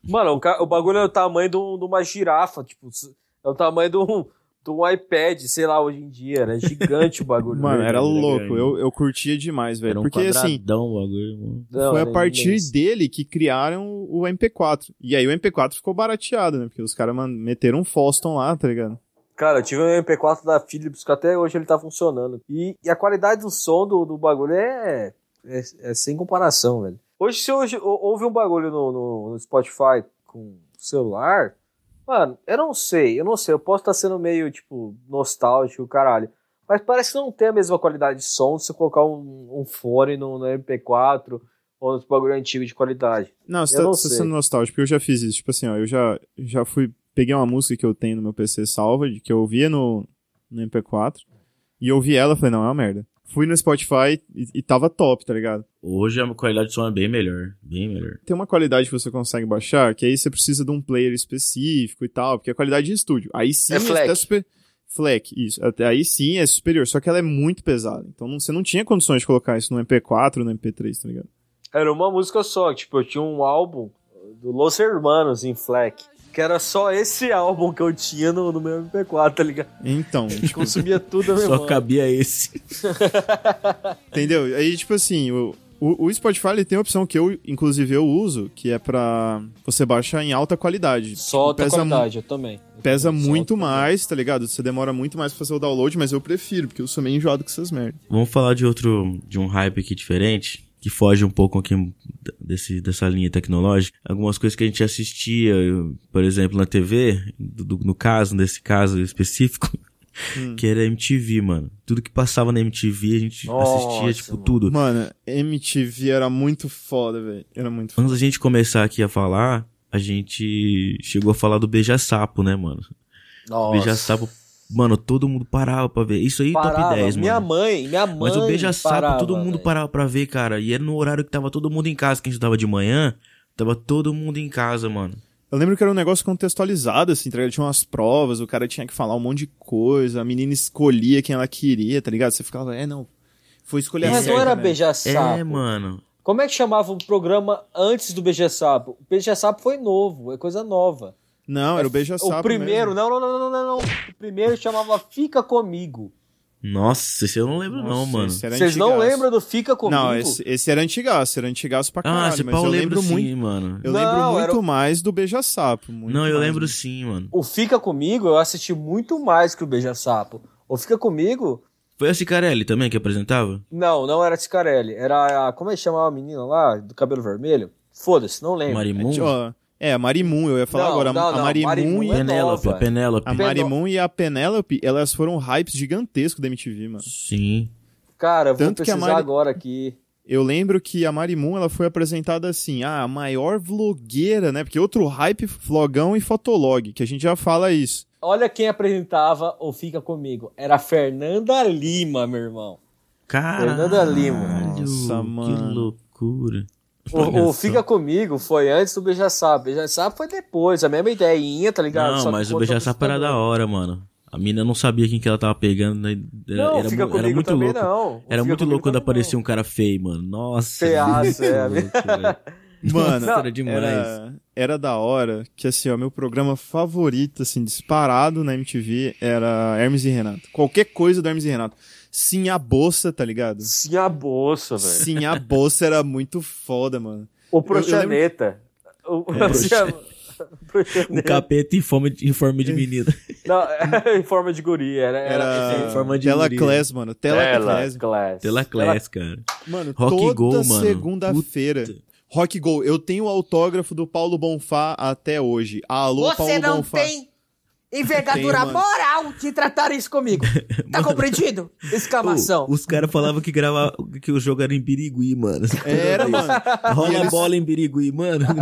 Mano, o, ca- o bagulho é o tamanho de, um- de uma girafa, tipo, s- é o tamanho de um, de um iPad, sei lá, hoje em dia, era gigante o bagulho. né? Mano, era grande, era louco. grande. Eu, eu curtia demais, velho. Era um Porque assim, quadradão o bagulho, mano. Não, foi a era partir né? imenso. dele que criaram o o MP4. E aí o MP4 ficou barateado, né? Porque os caras mano, meteram um Foston lá, tá ligado? Cara, eu tive um MP4 da Philips que até hoje ele tá funcionando. E, e a qualidade do som do, do bagulho é, é, é sem comparação, velho. Hoje, se hoje ou- houve um bagulho no, no- no Spotify com celular, mano, eu não sei, eu não sei, eu posso estar sendo meio, tipo, nostálgico, caralho. Mas parece que não tem a mesma qualidade de som se eu colocar um, um fone no, no MP4 ou nos bagulho antigo de qualidade. Não, você Eu tá, não você tá sei. sendo nostálgico, porque eu já fiz isso. Tipo assim, ó, eu já, já fui. Peguei uma música que eu tenho no meu PC salva, de- que eu ouvia no, no MP4, e eu ouvi ela e falei, não, é uma merda. Fui no Spotify e, e tava top, tá ligado? Hoje a qualidade de som é bem melhor. Bem melhor. Tem uma qualidade que você consegue baixar, que aí você precisa de um player específico e tal, porque é qualidade de estúdio. Aí sim É FLAC. até super. Fleck, isso. Até aí sim é superior, só que ela é muito pesada. Então não- você não tinha condições de colocar isso no MP4, no MP3, tá ligado? Era uma música só, tipo, eu tinha um álbum do Los Hermanos em Fleck, que era só esse álbum que eu tinha no, no meu MP4, tá ligado? Então, tipo, *laughs* Consumia tudo a Só memória. cabia esse. Entendeu? Aí, tipo assim, o, o, o Spotify ele tem a opção que eu, inclusive, eu uso, que é pra você baixar em alta qualidade. Só Tipo, pesa mu- eu também. Eu Pesa também, só muito outra mais, tá ligado? Você demora muito mais pra fazer o download, mas eu prefiro, porque eu sou meio enjoado com essas merdas. *laughs* Vamos falar de outro, de um hype aqui diferente, que foge um pouco aqui desse, dessa linha tecnológica. Algumas coisas que a gente assistia, eu, por exemplo, na TV, do- do- no caso, nesse caso específico, Hum. que era MTV, mano. Tudo que passava na MTV, a gente assistia, Nossa, tipo, mano. tudo. Mano, MTV era muito foda, velho. Era muito foda. Antes da gente começar aqui a falar, a gente chegou a falar do beija-sapo, né, mano? Nossa. Beija-sapo, mano, todo mundo parava pra ver. Isso aí, é Parava. top 10, minha mano. mãe, minha mãe. Mas o beija-sapo, parava, todo mundo velho. parava pra ver, cara. E era no horário que tava todo mundo em casa, que a gente tava de manhã, tava todo mundo em casa, mano. Eu lembro que era um negócio contextualizado, assim, tá ligado? Tinha umas provas, o cara tinha que falar um monte de coisa, a menina escolhia quem ela queria, tá ligado? Você ficava, é, não. Foi escolher a Mas não certa, era né? beija-sapo. É, mano. Como é que chamava o programa antes do beija-sapo? O beija-sapo foi novo, é coisa nova. Não, era o beija-sapo. o primeiro, né, mesmo. não, não, não, não, não, não. O primeiro chamava Fica Comigo. Nossa, esse eu não lembro, não, Nossa, mano. esse é era Vocês não antigaço. lembram do Fica Comigo? Não, esse, esse era antigaço, era antigaço pra caralho. Ah, esse mas pau eu eu lembro lembro muito. sim, mano. Eu Não, lembro era muito o- mais do Beija-Sapo. muito Não, eu mais né? lembro mesmo. sim, mano. O Fica Comigo eu assisti muito mais que o Beija-Sapo. O Fica Comigo, Foi a Cicarelli também que apresentava? não, não era Cicarelli. Era a. Como é que chamava a menina lá, do cabelo vermelho? Foda-se, não lembro. Marimun? Ó, É, a Marimun, eu ia falar Não, agora. A- não, a não, Marimun Marimun e é Penélope, nova. a Penélope. A Peno- Marimun e a Penélope, elas foram hypes gigantescos da MTV, mano. Sim. Cara, eu vou Tanto que a precisar Mari- agora aqui. Eu lembro que a Marimun, ela foi apresentada assim, ah, a maior vlogueira, né? Porque outro hype, vlogão e fotolog, que a gente já fala isso. Olha quem apresentava ou fica comigo. Era a Fernanda Lima, meu irmão. Caralho. Fernanda Lima. Nossa, que mano. loucura. Olha O, o só. Fica Comigo foi antes do Beija Sapo. Beija Sapo foi depois, a mesma ideinha, tá ligado? Só Não, que mas o contra- beijar sapo era da hora, mano. A mina não sabia quem que ela tava pegando. né? Era, Não, era, Fica mu- era Comigo muito também louco. não. O Era Fica muito Comigo louco quando também não. aparecia um cara feio, mano. Nossa. Feiaço, é. era muito louco, *laughs* velho. Mano, *laughs* Nossa, era demais. Era, era da hora que, assim, ó, meu programa favorito, assim, disparado na MTV era Hermes e Renato. Qualquer coisa do Hermes e Renato. Sim, a bolsa, tá ligado? Sim, a bolsa, velho. Sim, a bolsa era muito foda, mano. O Proxaneta. O *laughs* Um Proxaneta. capeta em, forma de, em forma de menina. Não, era em forma de guri. Era, assim. Era em forma de Tela guria. Class, mano. Tela, Class. Class. Tela Class, cara. Mano, Rock toda Go, mano. segunda-feira. Rock Go, eu tenho o autógrafo do Paulo Bonfá até hoje. Alô, Paulo Bonfá. envergadura Tem, mano. moral de tratar isso comigo. Tá compreendido? Exclamação. *laughs* Pô, os caras falavam que, grava, que o jogo era em Birigui, *laughs* mano. Era, mano. Rola E eles- a bola em Birigui, mano. *laughs*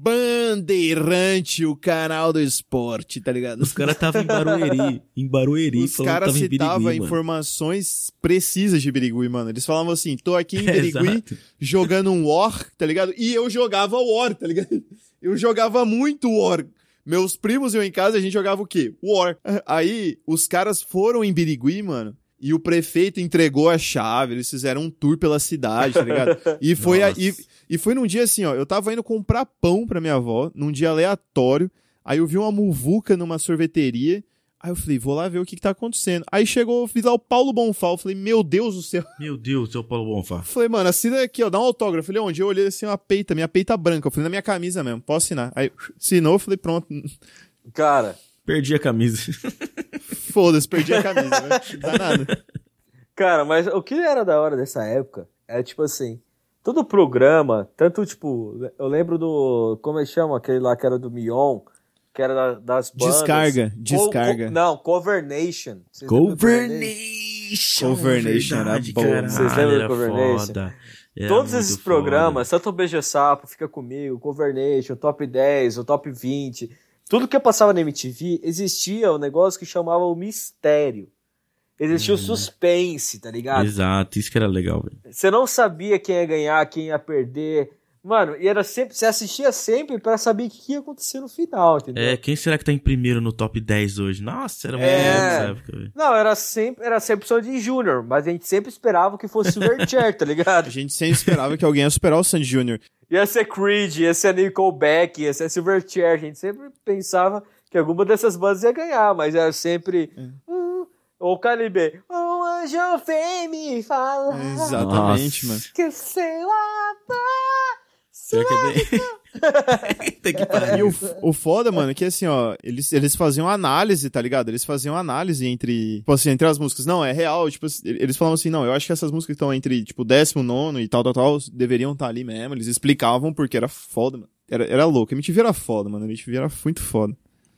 Bandeirante, o canal do esporte, tá ligado? Os caras estavam em Barueri. Em Barueri, Os falando que caras tava em Birigui, citavam mano. informações precisas de Birigui, mano. Eles falavam assim, tô aqui em Birigui Exato. jogando um War, tá ligado? E eu jogava War, tá ligado? Eu jogava muito War. Meus primos e eu em casa, a gente jogava o quê? War. Aí, os caras foram em Birigui, mano. E o prefeito entregou a chave, eles fizeram um tour pela cidade, tá ligado? E foi, a- Nossa. e, e foi num dia assim, ó. Eu tava indo comprar pão pra minha avó, num dia aleatório. Aí eu vi uma muvuca numa sorveteria. Aí eu falei, vou lá ver o que, que tá acontecendo. Aí chegou, eu fiz lá o Paulo Bonfá. Eu falei, meu Deus do céu. *laughs* Meu Deus, seu Paulo Bonfá. Eu falei, mano, assina aqui, ó, dá um autógrafo. Ele, onde? Eu olhei assim, uma peita, minha peita branca. Eu falei, na minha camisa mesmo, posso assinar. Aí, assinou, eu falei, pronto. *laughs* Cara, Perdi a camisa. Foda-se, perdi a camisa, né? Não dá nada. Cara, mas o que era da hora dessa época é tipo assim, todo programa, tanto tipo, eu lembro do, como é que chama aquele lá que era do Mion, que era da- das bandas. Descarga, Co- descarga. co- não, Cover Nation. Vocês lembram do Cover Nation? Governation. Governation era bom, Caralho, vocês lembram do era Governation? foda. Era Todos É muito esses foda. programas, tanto o Beija Sapo, Fica Comigo, Cover Nation, Top 10, o Top 20, tudo que passava na MTV, existia um negócio que chamava o mistério. Existia Uhum. o suspense, tá ligado? Exato, isso que era legal, velho. Você não sabia quem ia ganhar, quem ia perder. Mano, e era sempre, você assistia sempre pra saber o que ia acontecer no final, entendeu? É, quem será que tá em primeiro no top 10 hoje? Nossa, era muito É. legal nessa época, velho. Não, era sempre, era sempre só de Júnior, mas a gente sempre esperava que fosse *laughs* Super Chair, tá A ligado? gente sempre esperava que alguém ia superar o Sandy Jr. Ia ser Creed, ia ser Nickelback, ia ser Silver Chair. A gente sempre pensava que alguma dessas bandas ia ganhar, mas era sempre. "Hum", ou Calibre. Um anjo vem me falar É. Exatamente, Nossa. mano. que seu amor. Será que é *laughs* bem... Tem que E o, pariu. o foda, mano, é que assim, ó, eles, eles faziam análise, tá ligado? Eles faziam análise entre, tipo assim, entre as músicas. Não, é real, tipo, eles falavam assim, não, eu acho que essas músicas que estão entre, tipo, 19 e tal, tal, tal, deveriam estar ali mesmo. Eles explicavam porque era foda, mano. Era, era louco. A MTV era foda, mano. A MTV era muito foda.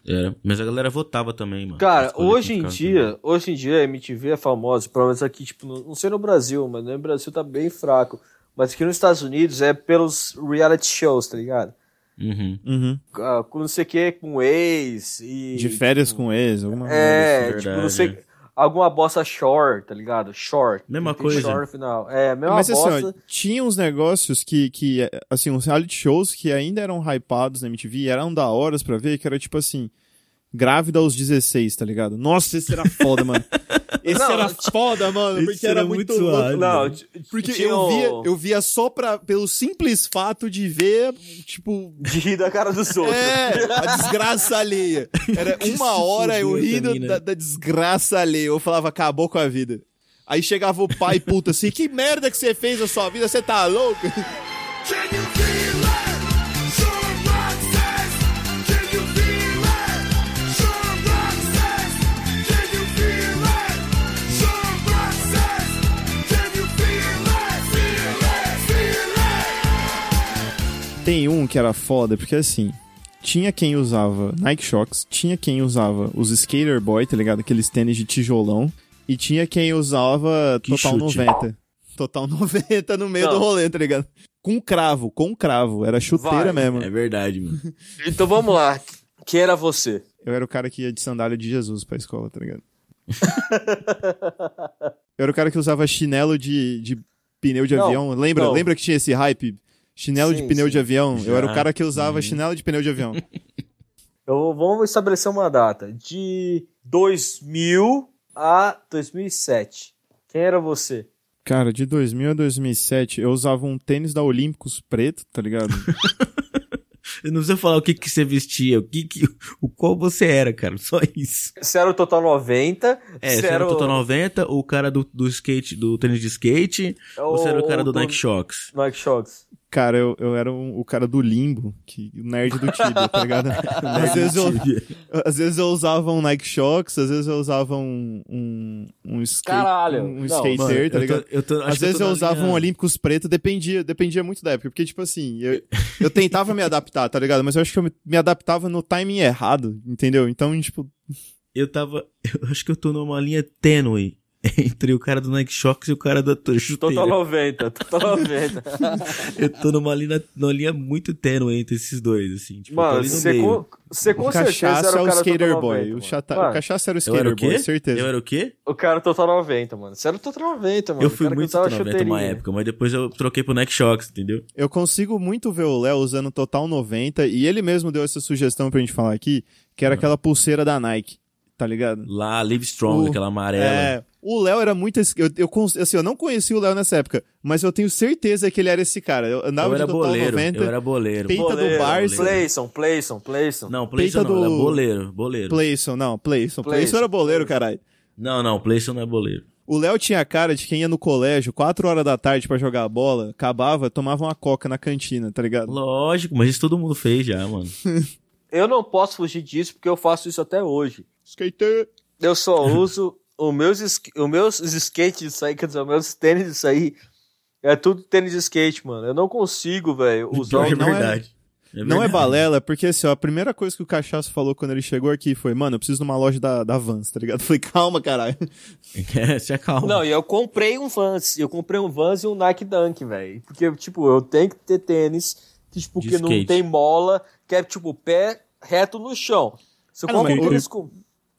Era, mas a galera votava também, mano. Cara, Escolher hoje quem em ficava dia, hoje em dia a MTV é famosa, pelo menos aqui, tipo, no- não sei no Brasil, mas no Brasil tá bem fraco. Mas aqui nos Estados Unidos é pelos reality shows, tá ligado? também. Uhum. Uhum. Ah, Com não sei o que, com ex e. De férias com ex, alguma coisa. É, Isso, tipo, verdade. não sei. Alguma bossa short, tá ligado? Short. Mesma Não tem coisa. Short no final. É, mesma Mas assim, bossa. ó, tinha uns negócios que, que, eh, assim, uns reality shows que ainda eram hypados na MTV e eram da horas pra ver, que era tipo assim, grávida aos 16, tá ligado? Nossa, esse era foda, *laughs* mano. Esse Não, era ti- foda, mano, esse porque era, era muito muito louco. suave. não, t- Porque tinha eu o- via, *laughs* eu via só pra, pelo simples fato de ver, tipo, De rir da cara dos outros. é, *laughs* a desgraça alheia. Era Que uma hora eu fudeu rindo também, né? da, da desgraça alheia. Eu falava, acabou com a vida. Aí chegava o pai puto assim, que merda que você fez na sua vida, você tá louco? Can you feel it? Sure Rock says. Can you feel it? Sure Rock says. Can you feel it? Sure Rock says. Can you feel it? Feel it, feel *laughs* it. Tem um que era foda, porque assim, tinha quem usava Nike Shox, tinha quem usava os Skater Boy, tá ligado? Aqueles tênis de tijolão, e tinha quem usava Que Total chute. 90. Total *laughs* 90 no meio Não. do rolê, tá ligado? Com cravo, com cravo, era chuteira Vai. mesmo. É verdade, mano. Então vamos lá. Quem era você? Eu era o cara que ia de sandália de Jesus pra escola, tá *laughs* ligado? eu era o cara que usava chinelo de, de pneu de Não, avião. Lembra? não. Lembra que tinha esse hype? Chinelo Sim, de pneu sim. de avião. Eu era o Já. cara que usava chinelo de pneu de avião. Eu, vamos estabelecer uma data. De 2000 a 2007. Quem era você? *laughs* Cara, de 2000 a 2007, eu usava um tênis da Olímpicos preto, tá ligado? Eu não precisa falar o que, que você vestia, o que, que o qual você era, cara. Só isso. Você era o Total 90? É, você era o Total 90, o cara do, do skate, do tênis de skate, ou você era o cara do Nike Shox? Nike Shox. *laughs* cara, eu, eu era um- o cara do limbo, que, o nerd do Tibia, tá *laughs* ligado? às, vezes eu, tá às vezes eu usava um Nike Shox, às vezes eu usava um, um, um, skate, Caralho, um não, skater, tá Mano, eu tô- ligado? eu tô- acho Às que vezes tô eu na usava linha- um Olímpicos preto, dependia, dependia muito da época. Porque, tipo assim, eu, eu tentava me adaptar, tá ligado? Mas eu acho que eu me, me adaptava no timing errado, entendeu? Então, tipo, Eu tava. Eu acho que eu tô numa linha tênue *laughs* entre o cara do Nike Shox e o cara da t- chuteira. Total 90. Total 90. Eu tô numa linha, numa linha muito tênue entre esses dois, assim. Tipo, eu tô Mano, ali no você meio. com, você com o certeza cachaça era é o o cara skater Total 90. boy. O, mano. chata- Mano, o cachaça era o Eu era skater o quê? boy, certeza. Eu era o quê? o cara é Total 90, mano. Você era o Total 90, mano. eu O fui cara que muito usava Total 90 uma chuteirinha. época, mas depois eu troquei pro Nike Shox, entendeu? Eu consigo muito ver o Léo usando Total 90 e ele mesmo deu essa sugestão pra gente falar aqui, que Uhum. era aquela pulseira da Nike, tá ligado? Lá, Livestrong, O- aquela amarela. Uh, É, o Léo era muito esse- eu, eu cons- assim, eu não conhecia o Léo nessa época, mas eu tenho certeza que ele era esse cara. Eu andava eu era de Total boleiro, 90, eu era boleiro. peita do Boleiro, É, Barça. Playson, Playson, Playson. Não, Playson peita não, do- era boleiro, boleiro. Playson, não, Playson. Playson, Playson. era boleiro, caralho. Não, não, Playson não é boleiro. O Léo tinha a cara de quem ia no colégio, 4 horas da tarde pra jogar bola, acabava, tomava uma coca na cantina, tá ligado? Lógico, mas isso todo mundo fez já, mano. Eu não posso fugir disso porque eu faço isso até hoje. Skater. *laughs* Eu só uso os meus, es- os meus skates disso aí, quer dizer, os meus tênis disso aí. É tudo tênis de skate, mano. Eu não consigo, velho, usar Pior o que *laughs* é não era- verdade. Não é verdade. balela, porque assim, ó, a primeira coisa que o Cachaço falou quando ele chegou aqui foi, mano, eu preciso de uma loja da, da Vans, tá ligado? *laughs* Eu falei, calma, caralho. É, *laughs* se acalma. Não, e eu comprei um Vans. Eu comprei um Vans e um Nike Dunk, velho. Porque, tipo, eu tenho que ter tênis que, tipo, De que não skate. tem mola, que é, tipo, pé reto no chão. Se eu Ah, não, compro um mas tênis com...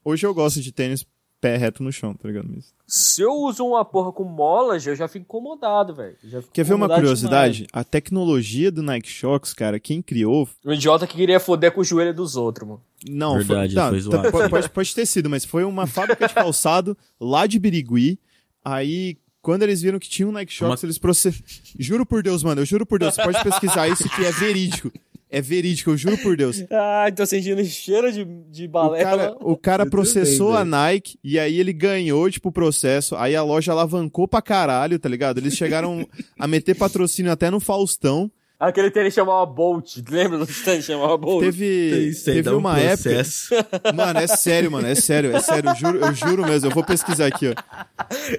Hoje eu gosto de tênis pé reto no chão, tá ligado? Mas- Se eu uso uma porra com molas, eu já fico incomodado, velho. Já fico Quer ver uma incomodado curiosidade? A tecnologia do Nike Shox, cara, quem criou... demais. Um idiota que queria foder com o joelho dos outros, mano. Não, Verdade, foi, não, foi zoado. tá- po- pode, pode ter sido, mas foi uma fábrica de calçado lá de Birigui, aí... Quando eles viram que tinha um Nike Shox, Uma- eles processaram. Juro por Deus, mano, eu juro por Deus, você pode pesquisar isso que é verídico. É verídico, eu juro por Deus. Ai, Ah, tô sentindo cheiro de, de O é cara, o cara processou a Nike e aí ele ganhou, tipo, o processo. Aí a loja alavancou pra caralho, tá ligado? Eles chegaram a meter patrocínio até no Faustão. Aquele tênis chamava Bolt. Lembra *laughs* do tênis chamava Bolt? Teve, Isso aí teve dá um uma época. *laughs* processo. época. Mano, é sério, mano, é sério, é sério. Eu juro, eu juro mesmo, eu vou pesquisar aqui, ó.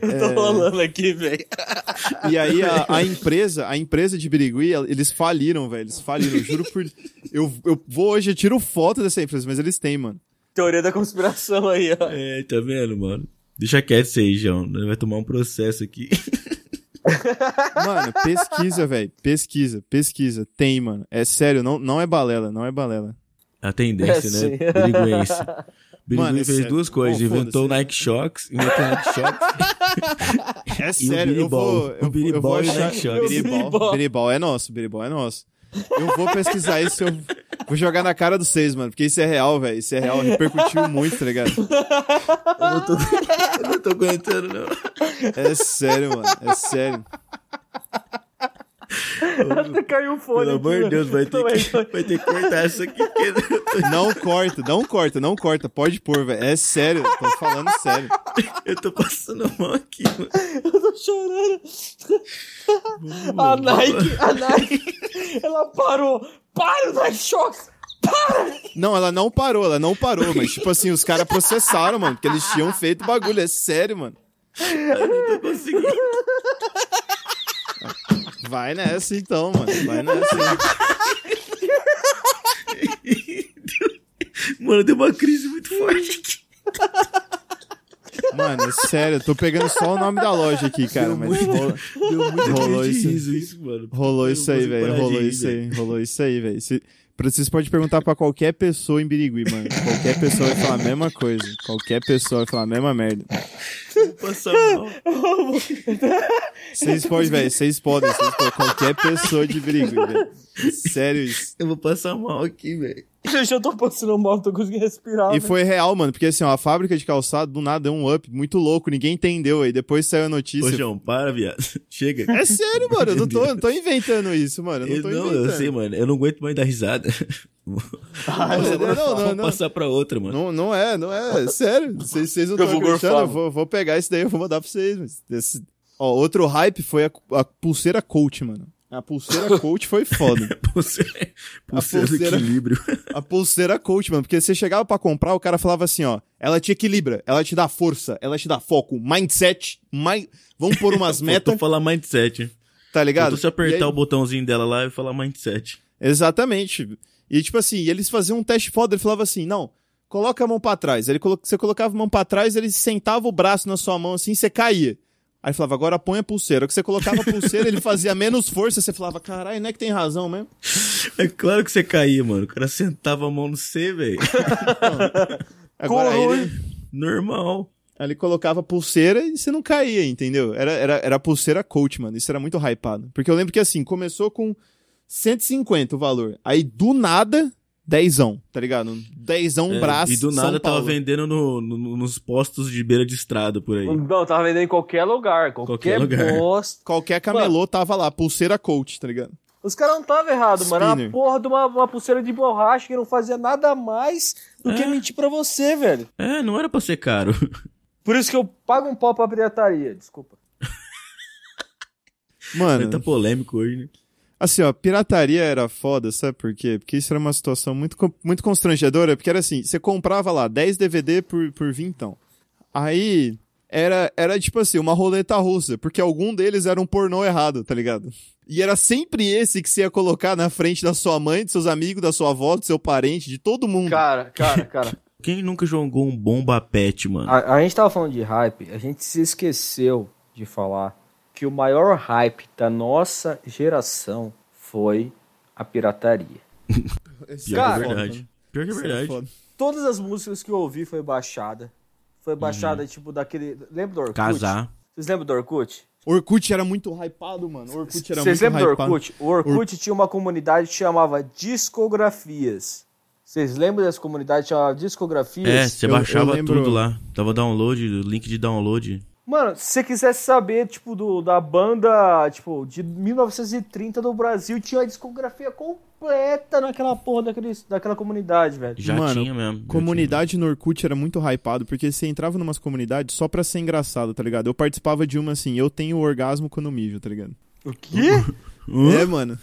Eu tô rolando aqui, velho. E aí a, a empresa, a empresa de Birigui, el- eles faliram, velho. Eles faliram, eu juro por. Eu, eu vou hoje, eu tiro foto dessa empresa, mas eles têm, mano. Teoria da conspiração aí, ó. É, tá vendo, mano? Deixa quieto isso aí, João. Nós Vai tomar um processo aqui. Mano, pesquisa, velho. Pesquisa, pesquisa. Tem, mano. É sério, não, não é balela, não é balela. A É, tendência, sim. né? *laughs* Biriguense. Mano, Birigui é fez sério. duas coisas. Bom, inventou foda-se. o Nike Shox, inventou o *laughs* Nike Shox. É o sério, eu Biribol. vou, O eu, eu Biribol vou e o achar. Nike Shox. Biribol. Biribol é nosso, Biribol é nosso. Eu vou pesquisar isso, eu vou jogar na cara dos seis, mano, porque isso é real, velho. Isso é real, repercutiu muito, tá ligado? Eu não tô, eu não tô aguentando, não. É sério, mano, é sério. Até *laughs* caiu o fone. Pelo amor de Deus, vai ter, que, vai ter que cortar isso aqui. Porque... Não corta, não corta, não corta, pode pôr, velho. É sério, tô falando sério. Eu tô passando mal aqui, mano. Eu tô chorando. A Nike, a Nike, ela parou. Para, Nike Shox! Não, ela não parou, ela não parou, mas tipo assim, os caras processaram, mano, porque eles tinham feito bagulho, é sério, mano. Não tô conseguindo. Vai nessa então, mano, vai nessa. mano, deu uma crise muito forte aqui. Mano, é sério, eu tô pegando só o nome da loja aqui, cara, mas rola- Deu muita Rolou crise de isso. riso isso, mano. rolou Eu isso não aí, consigo velho. parar de Rolou rir, isso velho. aí, rolou isso aí, velho. Se- pra- Vocês podem perguntar pra qualquer pessoa em Birigui, mano. Qualquer pessoa vai falar a mesma coisa. Qualquer pessoa vai falar a mesma merda. Passar mal. Vocês podem, velho. Vocês podem. Vocês podem. Qualquer pessoa de Birigui, velho. Sério isso. Eu vou passar mal aqui, velho. Eu já tô passando mal, não tô conseguindo respirar. E velho. foi real, mano, porque assim, ó, a fábrica de calçado do nada deu um up muito louco, ninguém entendeu aí. Depois saiu a Ô, notícia. João, para, viado. *laughs* Chega. É sério, mano, eu não tô, não tô inventando isso, mano. Eu não Eu, tô não, inventando. Ah, eu sei, mano. Eu não aguento mais dar *laughs* risada. Não, não, não, Vamos não. passar pra outra, assim, *laughs* mano. Não, não é, não é, é sério. Vocês vocês não Eu estão vou acreditando, gorfar, eu vou, vou pegar isso daí, eu vou mandar pra vocês. Mas esse- Ó, outro hype foi a, a pulseira coach, mano. A pulseira coach foi foda. Pulseira, A pulseira do pulseira. *laughs* equilíbrio. A pulseira coach, mano, porque você chegava pra comprar, o cara falava assim, ó, ela te equilibra, ela te dá força, ela te dá foco, mindset, mind... vamos pôr *laughs* umas metas, Faltou falar mindset. tá ligado? Faltou E se aí- apertar o botãozinho dela lá e falar mindset. *laughs* Exatamente. E tipo assim, e eles faziam um teste foda, ele falava assim: "Não, coloca a mão pra trás". Ele colo... você colocava a mão pra trás, ele sentava o braço na sua mão assim, você caía. Aí ele falava: "Agora põe a pulseira". O que você colocava a pulseira, ele fazia menos força, você falava: "Caralho, não é que tem razão mesmo". É claro que você caía, mano. O cara sentava a mão no C, *laughs* velho. Agora aí ele Normal. aí ele colocava a pulseira e você não caía, entendeu? Era, era, era a pulseira coach, mano. Isso era muito hypado. Porque eu lembro que assim, começou com 150 o valor. Aí do nada, dezão, tá ligado? Dezão É, Um braço. e do São nada tava Paulo. vendendo no- no- nos postos de beira de estrada por aí. Não, tava vendendo em qualquer lugar, Qualquer qualquer, lugar. bosta. Qualquer camelô tava lá, pulseira coach, tá ligado? Os caras não estavam errados, mano. Era uma Spinner. porra de uma, uma pulseira de borracha que não fazia nada mais do que mentir pra você, velho. É, não era pra ser caro. *laughs* Por isso que eu pago um pau pra pirataria, desculpa. Mano, Mas tá polêmico hoje, né? assim, ó, pirataria era foda, sabe por quê? Porque isso era uma situação muito, con- muito constrangedora, porque era assim, você comprava lá 10 DVD por, por vintão. Aí, era, era tipo assim, uma roleta russa, porque algum deles era um pornô errado, tá ligado? E era sempre esse que você ia colocar na frente da sua mãe, dos seus amigos, da sua avó, do seu parente, de todo mundo. Cara, cara, *laughs* cara. Quem nunca jogou um bomba pet, Ah, mano? A, a gente tava falando de hype, a gente se esqueceu de falar que o maior hype da nossa geração foi a pirataria. Esse Pior que cara, é verdade. Pior que é Isso verdade. foda. Todas as músicas que eu ouvi foi baixada. Foi baixada, tipo, daquele. Lembra do Orkut? Uhum. Casar. Vocês lembram do Orkut? Orkut era muito hypado, mano. Orkut era Vocês muito lembram do hypado. Orkut? O Orkut tinha uma comunidade que chamava Discografias. Vocês lembram dessa comunidade que chamava É, Discografias? você Eu- eu baixava lembro- tudo lá. Tava download, o link de download. Mano, se você quisesse saber, tipo, do, da banda, tipo, de 1930 do Brasil, tinha a discografia completa naquela porra daquele, daquela comunidade, velho. Já Mano, tinha mesmo. já Comunidade no Orkut era muito hypado, porque você entrava numas comunidades só pra ser engraçado, tá ligado? Eu participava de uma assim, eu tenho orgasmo quando mijo, tá ligado? O quê? tinha. Hã? É, mano.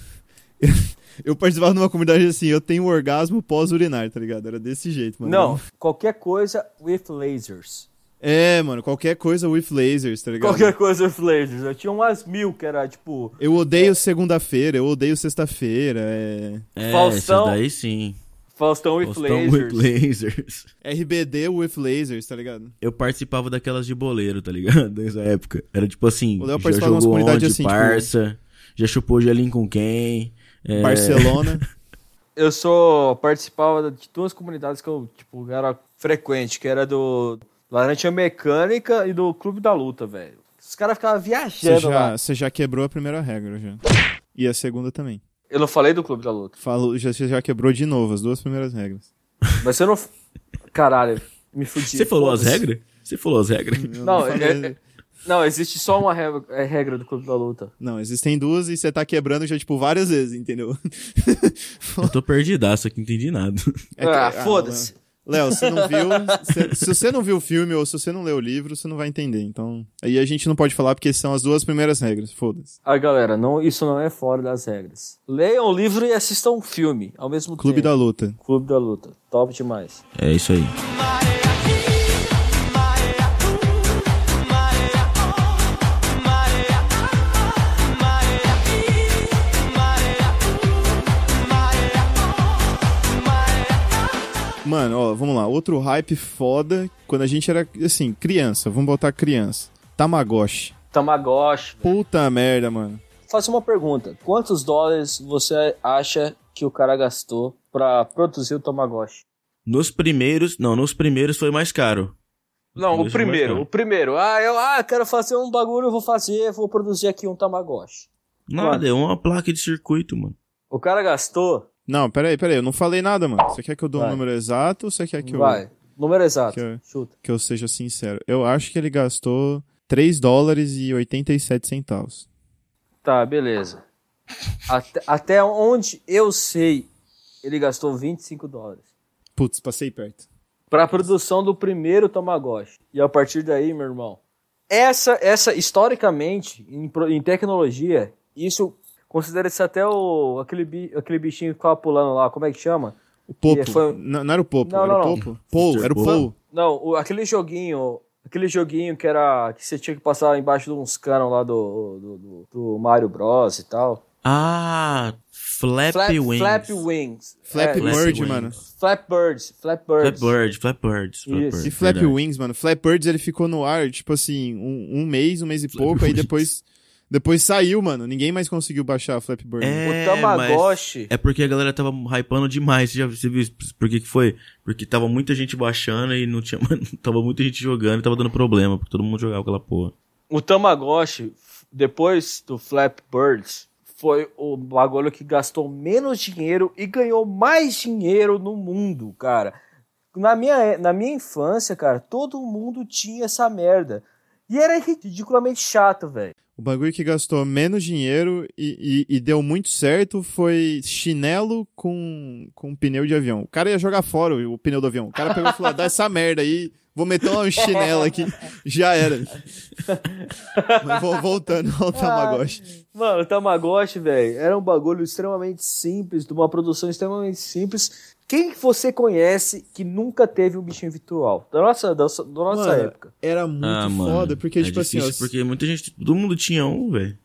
*laughs* Eu participava de uma comunidade assim, eu tenho orgasmo pós-urinar, tá ligado? Era desse jeito, mano. Não, qualquer coisa with lasers. É, mano, qualquer coisa with lasers, tá ligado? Qualquer coisa with lasers. Eu tinha umas mil que era, tipo, Eu odeio segunda-feira, eu odeio sexta-feira, é... É, Faustão. essas daí sim. Faustão with Faustão with lasers. lasers. RBD with lasers, tá ligado? Eu participava daquelas de boleiro, tá ligado? *laughs* Nessa época. Era tipo assim, O Léo já participava de umas jogou onde, comunidades assim, tipo- parça, já chupou gelinho com quem. É, *laughs* Barcelona. Eu só participava de duas comunidades que eu, tipo, era frequente, que era do Laranja Mecânica e do Clube da Luta, velho. Os caras ficavam Você viajando já, lá. você já quebrou a primeira regra, já. E a segunda também. Eu não falei do Clube da Luta. Falou, já, você já quebrou de novo as duas primeiras regras. Mas você não. Caralho, me fudi. *laughs* Você falou as Foda-se. regras? Você falou as regras? Eu Não, falei- é- é- Não, existe só uma regra, é regra do Clube da Luta. Não, existem duas e você tá quebrando já, tipo, várias vezes, entendeu? *laughs* Eu tô perdidaço aqui, não entendi nada. *laughs* É que- ah, foda-se. Léo, você não viu. cê- se você não viu o filme ou se você não leu o livro, você não vai entender. Então. Aí a gente não pode falar porque são as duas primeiras regras. Foda-se. Ah, galera, não, isso não é fora das regras. Leiam o livro e assistam um filme ao mesmo Clube da tempo. Luta. Clube da Luta. Top demais. É isso aí. Mano, ó, vamos lá. Outro hype foda, quando a gente era, assim, criança. Vamos botar criança. Tamagotchi. Tamagotchi. Puta merda, mano. Faço uma pergunta. Quantos dólares você acha que o cara gastou pra produzir o Tamagotchi? Nos primeiros. Não, nos primeiros foi mais caro. Não, o Hoje é mais primeiro, caro. o primeiro. Ah, eu ah, quero fazer um bagulho, eu vou fazer, vou produzir aqui um Tamagotchi. Nada, é uma placa de circuito, mano. O cara gastou, Não, peraí, peraí. Eu não falei nada, mano. Você quer que eu dê um Vai. número exato ou você quer que eu, vai, número exato, que eu- chuta. que eu seja sincero? Eu acho que ele gastou 3 dólares e 87 centavos. Tá, beleza. Até, até onde eu sei, ele gastou 25 dólares. Putz, passei perto. Pra produção do primeiro Tamagotchi. E a partir daí, meu irmão, essa, essa historicamente, em, pro- em tecnologia, isso, considera-se até o, aquele, bi- aquele bichinho que tava pulando lá, como é que chama? O Popo. E foi- um- Não, não era o Popo, Não, era não, o não. Popo. Pou, Mr. era o Popo. Pou. Não, o- aquele joguinho, aquele joguinho que era, que você tinha que passar embaixo de uns canos lá do, do, do- do Mario Bros e tal. Ah, Flap, Flap Wings. Flap Wings. Flap É, Flap Bird, Wings. mano. Flap Birds, Flap Flap Birds. Bird, Flap Birds. Flap Isso. Birds, E Flap verdade. Wings, mano. Flap Birds ele ficou no ar, tipo assim, um, um mês, um mês e Flap pouco, aí Wings. depois. Depois saiu, mano. Ninguém mais conseguiu baixar a Flap Bird. É, O Tamagotchi. mas É porque a galera tava hypando demais. Você já você viu isso? por que, que foi? Porque tava muita gente baixando e não tinha. *laughs* tava muita gente jogando e tava dando problema, porque todo mundo jogava aquela porra. O Tamagotchi, f- depois do Flap Birds, foi o bagulho que gastou menos dinheiro e ganhou mais dinheiro no mundo, cara. Na minha, é- na minha infância, cara, todo mundo tinha essa merda. E era ridiculamente chato, velho. O bagulho que gastou menos dinheiro e, e- e deu muito certo foi chinelo com, com pneu de avião. O cara ia jogar fora o, o pneu do avião. O cara pegou e falou: "Ah, dá essa merda aí, vou meter um chinelo aqui. Já era. Mas vou voltando Ah. ao Tamagotchi. Mano, o Tamagotchi, velho, era um bagulho extremamente simples, de uma produção extremamente simples. Quem que você conhece que nunca teve um bichinho virtual? Da nossa, da, nossa- da nossa Mano, época. Era muito ah, mano. foda, porque, é tipo assim, difícil, ó, Porque muita gente. Todo mundo tinha um, velho.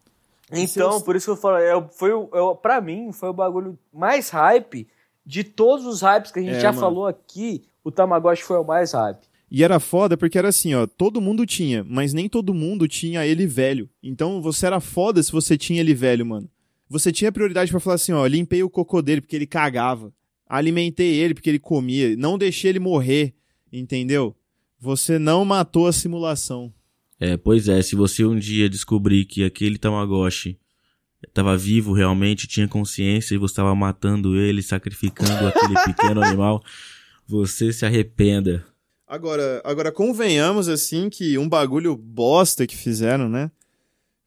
Então, por isso que eu falo, é, o- foi, o- é, o- pra mim, foi o bagulho mais hype de todos os hypes que a gente É, já mano. falou aqui, o Tamagotchi foi o mais hype. E era foda porque era assim, ó, todo mundo tinha, mas nem todo mundo tinha ele velho. Então você era foda se você tinha ele velho, mano. Você tinha prioridade pra falar assim, ó, limpei o cocô dele porque ele cagava. Alimentei ele porque ele comia, não deixei ele morrer, entendeu? Você não matou a simulação. É, pois é, se você um dia descobrir que aquele Tamagotchi tava vivo realmente, tinha consciência e você tava matando ele, sacrificando *laughs* aquele pequeno animal, você se arrependa. Agora, agora convenhamos assim que um bagulho bosta que fizeram, né?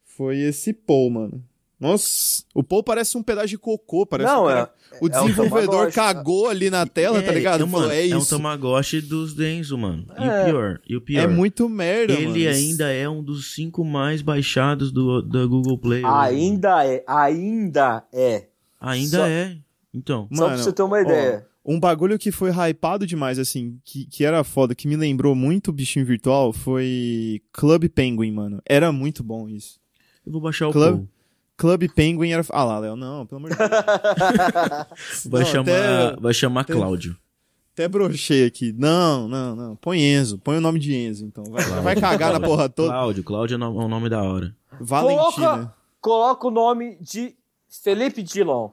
Foi esse Paul, mano. Nossa, o Paul parece um pedaço de cocô, parece Não, um é- cara O É um desenvolvedor Tamagotchi. cagou ali na tela, tá ligado? É, mano, Falou, é é um isso. Tamagotchi dos Denso, mano. E É. o pior, e o pior. É muito merda, Ele mano. ainda é um dos cinco mais baixados do, da Google Play. hoje, mano. Ainda é, ainda é. Ainda Só- é. Então. Só pra Mano, você ter uma ideia. Um bagulho que foi hypado demais, assim, que, que era foda, que me lembrou muito o bichinho virtual, foi Club Penguin, mano. Era muito bom isso. Eu vou baixar o Club- Paul. Club Penguin era. Ah lá, Léo, não, pelo amor de *laughs* Deus. Vai Não, chamar, até- vai chamar Cláudio. Até brochei aqui. Não, não, não. Põe Enzo. Põe o nome de Enzo, então. Vai, Cláudio. vai cagar na porra toda. Cláudio, Cláudio é no- é um nome da hora. Valentina. Coloca, coloca o nome de Felipe Dilon.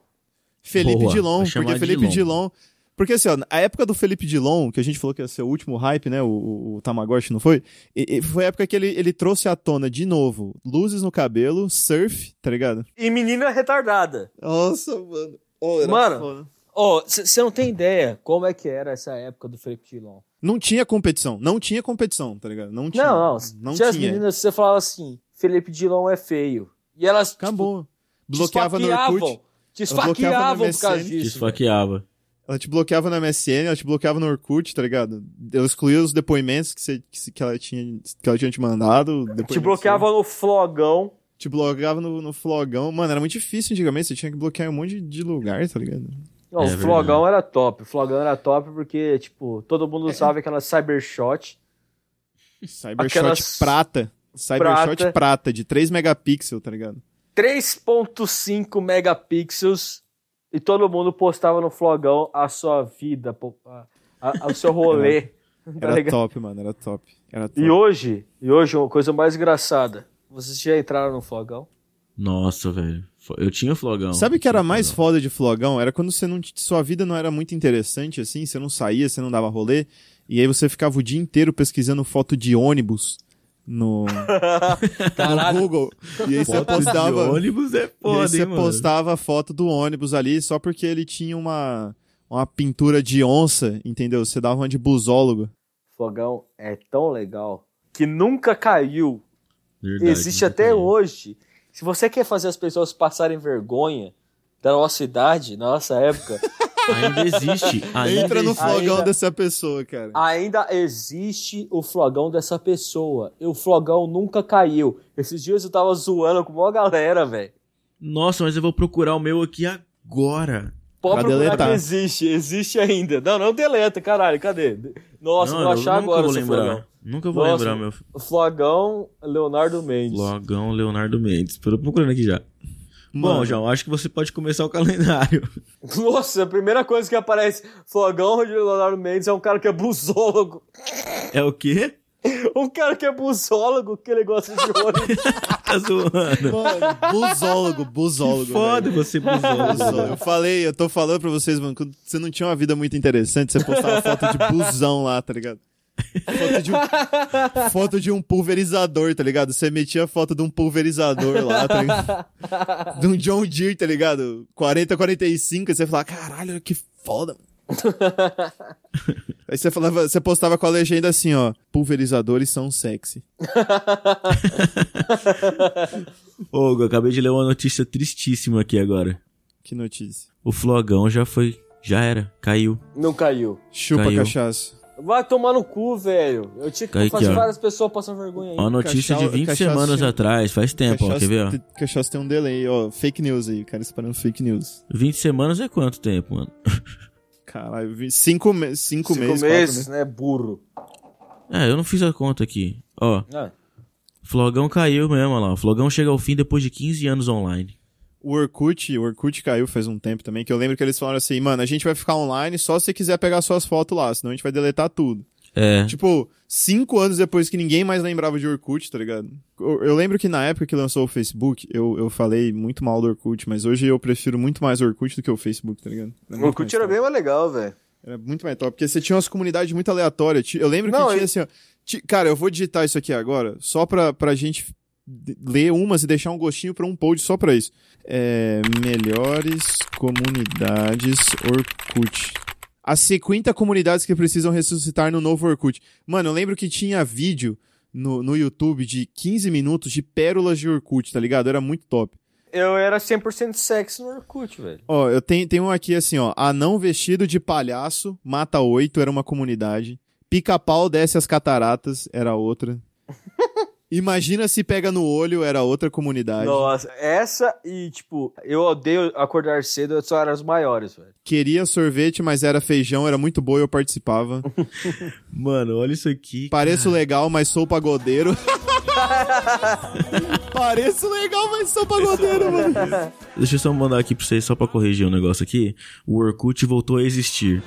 Felipe Boa, Dilon, vai chamar porque Felipe Dilon. Dilon. Porque assim, ó, a época do Felipe Dilon, que a gente falou que ia ser o último hype, né? O, o, o Tamagotchi, não foi? E- e foi a época que ele, ele trouxe à tona de novo luzes no cabelo, surf, tá ligado? E menina retardada. Nossa, mano. era Mano. Ó, você não tem ideia como é que era essa época do Felipe Dilon. Não tinha competição, não tinha competição, tá ligado? Não tinha. Não, não. não tinha tinha. as meninas, você falava assim, Felipe Dilon é feio. E elas tipo, Acabou. Bloqueava no Orkut. Te bloqueava esfaqueavam no por causa MSN. Te disso. esfaqueava. Ela te bloqueava na MSN, ela te bloqueava no Orkut, tá ligado? Ela excluía os depoimentos que, você, que, que ela, tinha, que ela tinha te mandado. Te depoimentos bloqueava no flogão. Te bloqueava Tipo, no, no flogão. Mano, era muito difícil antigamente. Você tinha que bloquear em um monte de lugar, tá ligado? Não, É o flogão verdade. era top. O flogão era top porque, tipo, todo É. mundo usava aquela cybershot. Cybershot Aquelas- prata. Cybershot Prata. prata. de 3 megapixels, tá ligado? 3.5 megapixels e todo mundo postava no flogão a sua vida, po- a- a- o *laughs* seu rolê. tá Era ligado? top, né? mano, era top. Era top. E hoje, e hoje, uma coisa mais engraçada. Vocês já entraram no fogão? Nossa, velho. Fo- Eu tinha flogão. Sabe o que Tinha era mais flogão. foda de flogão? Era quando você não, t- sua vida não era muito interessante, assim, você não saía, você não dava rolê, e aí você ficava o dia inteiro pesquisando foto de ônibus *laughs* no, no Google. E aí você Foto de postava. ônibus é E aí foda, você hein, mano? postava a foto do ônibus ali só porque ele tinha uma, uma pintura de onça, entendeu? Você dava uma de busólogo. Fogão é tão legal que nunca caiu. Verdade, Existe nunca até vi. hoje. Se você quer fazer as pessoas passarem vergonha da nossa idade, na nossa *laughs* época, Ainda existe. *laughs* Ainda Entra no existe. flogão Ainda- dessa pessoa, cara. ainda existe o flogão dessa pessoa. E o flogão nunca caiu. Esses dias eu tava zoando com uma galera, velho. Nossa, mas eu vou procurar o meu aqui agora. Pra Pode procurar deletar. que existe, existe ainda. Não, não deleta, caralho, cadê? Nossa, Não, vou eu achar nunca agora vou esse flogão. lembrar. Nunca vou Nossa. lembrar, meu. O Flogão Leonardo Mendes. Flogão Leonardo Mendes. Tô procurando aqui já. Mano. Bom, João, acho que você pode começar o calendário. *laughs* *laughs* Nossa, a primeira coisa que aparece, Flogão de Leonardo Mendes é um cara que é busólogo. É o quê? Um cara que é busólogo, que ele gosta de ônibus. Tá zoando. Mano, busólogo, busólogo. Foda você, Busão. *laughs* busão. Eu falei, eu tô falando pra vocês, mano, quando você não tinha uma vida muito interessante, você *laughs* postava foto de busão lá, tá ligado? Foto de, um, foto de um pulverizador, tá ligado? Você metia a foto de um pulverizador lá, tá ligado? De um John Deere, tá ligado? 40, 45, aí você falava, caralho, que foda, *laughs* mano. Aí você, falava, você postava com a legenda assim, ó, pulverizadores são sexy. Ô, Hugo, eu acabei de ler uma notícia tristíssima aqui agora. Que notícia. O Flogão já foi. Já era. Caiu. *laughs* Não caiu. Chupa Caiu. cachaça. Vai tomar no cu, velho. Eu tinha que Cai aqui, fazer ó. várias pessoas passando vergonha aí. Uma notícia Cachaça- de 20 cachaça- semanas atrás. Faz tempo, ó. É, Quer ver, ó? te- cachaça tem um delay, ó. Fake news aí, o cara espalhando fake news. 20 semanas é quanto tempo, mano? Caralho, vi- cinco, me cinco, Cinco meses. meses, né? Burro. É, eu não fiz a conta aqui. Ó, Ah, Flogão caiu mesmo, ó lá. O Flogão chega ao fim depois de 15 anos online. O Orkut, o Orkut caiu faz um tempo também, que eu lembro que eles falaram assim, mano, a gente vai ficar online só se você quiser pegar suas fotos lá, senão a gente vai deletar tudo. É. Tipo, cinco anos depois que ninguém mais lembrava de Orkut, tá ligado? Eu, eu lembro que na época que lançou o Facebook, eu, eu falei muito mal do Orkut, mas hoje eu prefiro muito mais o Orkut do que o Facebook, tá ligado? Era o muito Orkut mais era top. bem mais legal, velho. Era muito mais top, porque você tinha umas comunidades muito aleatórias. Ti- Eu lembro Não, que tinha e- assim, ó, ti- Cara, eu vou digitar isso aqui agora, só pra, pra gente d- ler umas e deixar um gostinho pra um post só pra isso. É, melhores comunidades Orkut. As 50 comunidades que precisam ressuscitar no novo Orkut. Mano, eu lembro que tinha vídeo no, no YouTube de 15 minutos de pérolas de Orkut, tá ligado? Era muito top. Eu era 100% sexy no Orkut, velho. Ó, eu tenho, tenho um aqui assim, ó. Anão vestido de palhaço, mata oito, era uma comunidade. Pica-pau desce as cataratas, era outra. Imagina se pega no olho, era outra comunidade. Nossa, essa e, tipo, eu odeio acordar cedo, eu só era os maiores, É velho. Queria sorvete, mas era feijão, era muito boa, eu participava. Mano, olha isso aqui. Pareço legal, mas sou pagodeiro. Pareço legal, mas sou é pagodeiro, mano. Deixa eu só mandar aqui pra vocês, só pra corrigir um negócio aqui. O Orkut voltou a existir.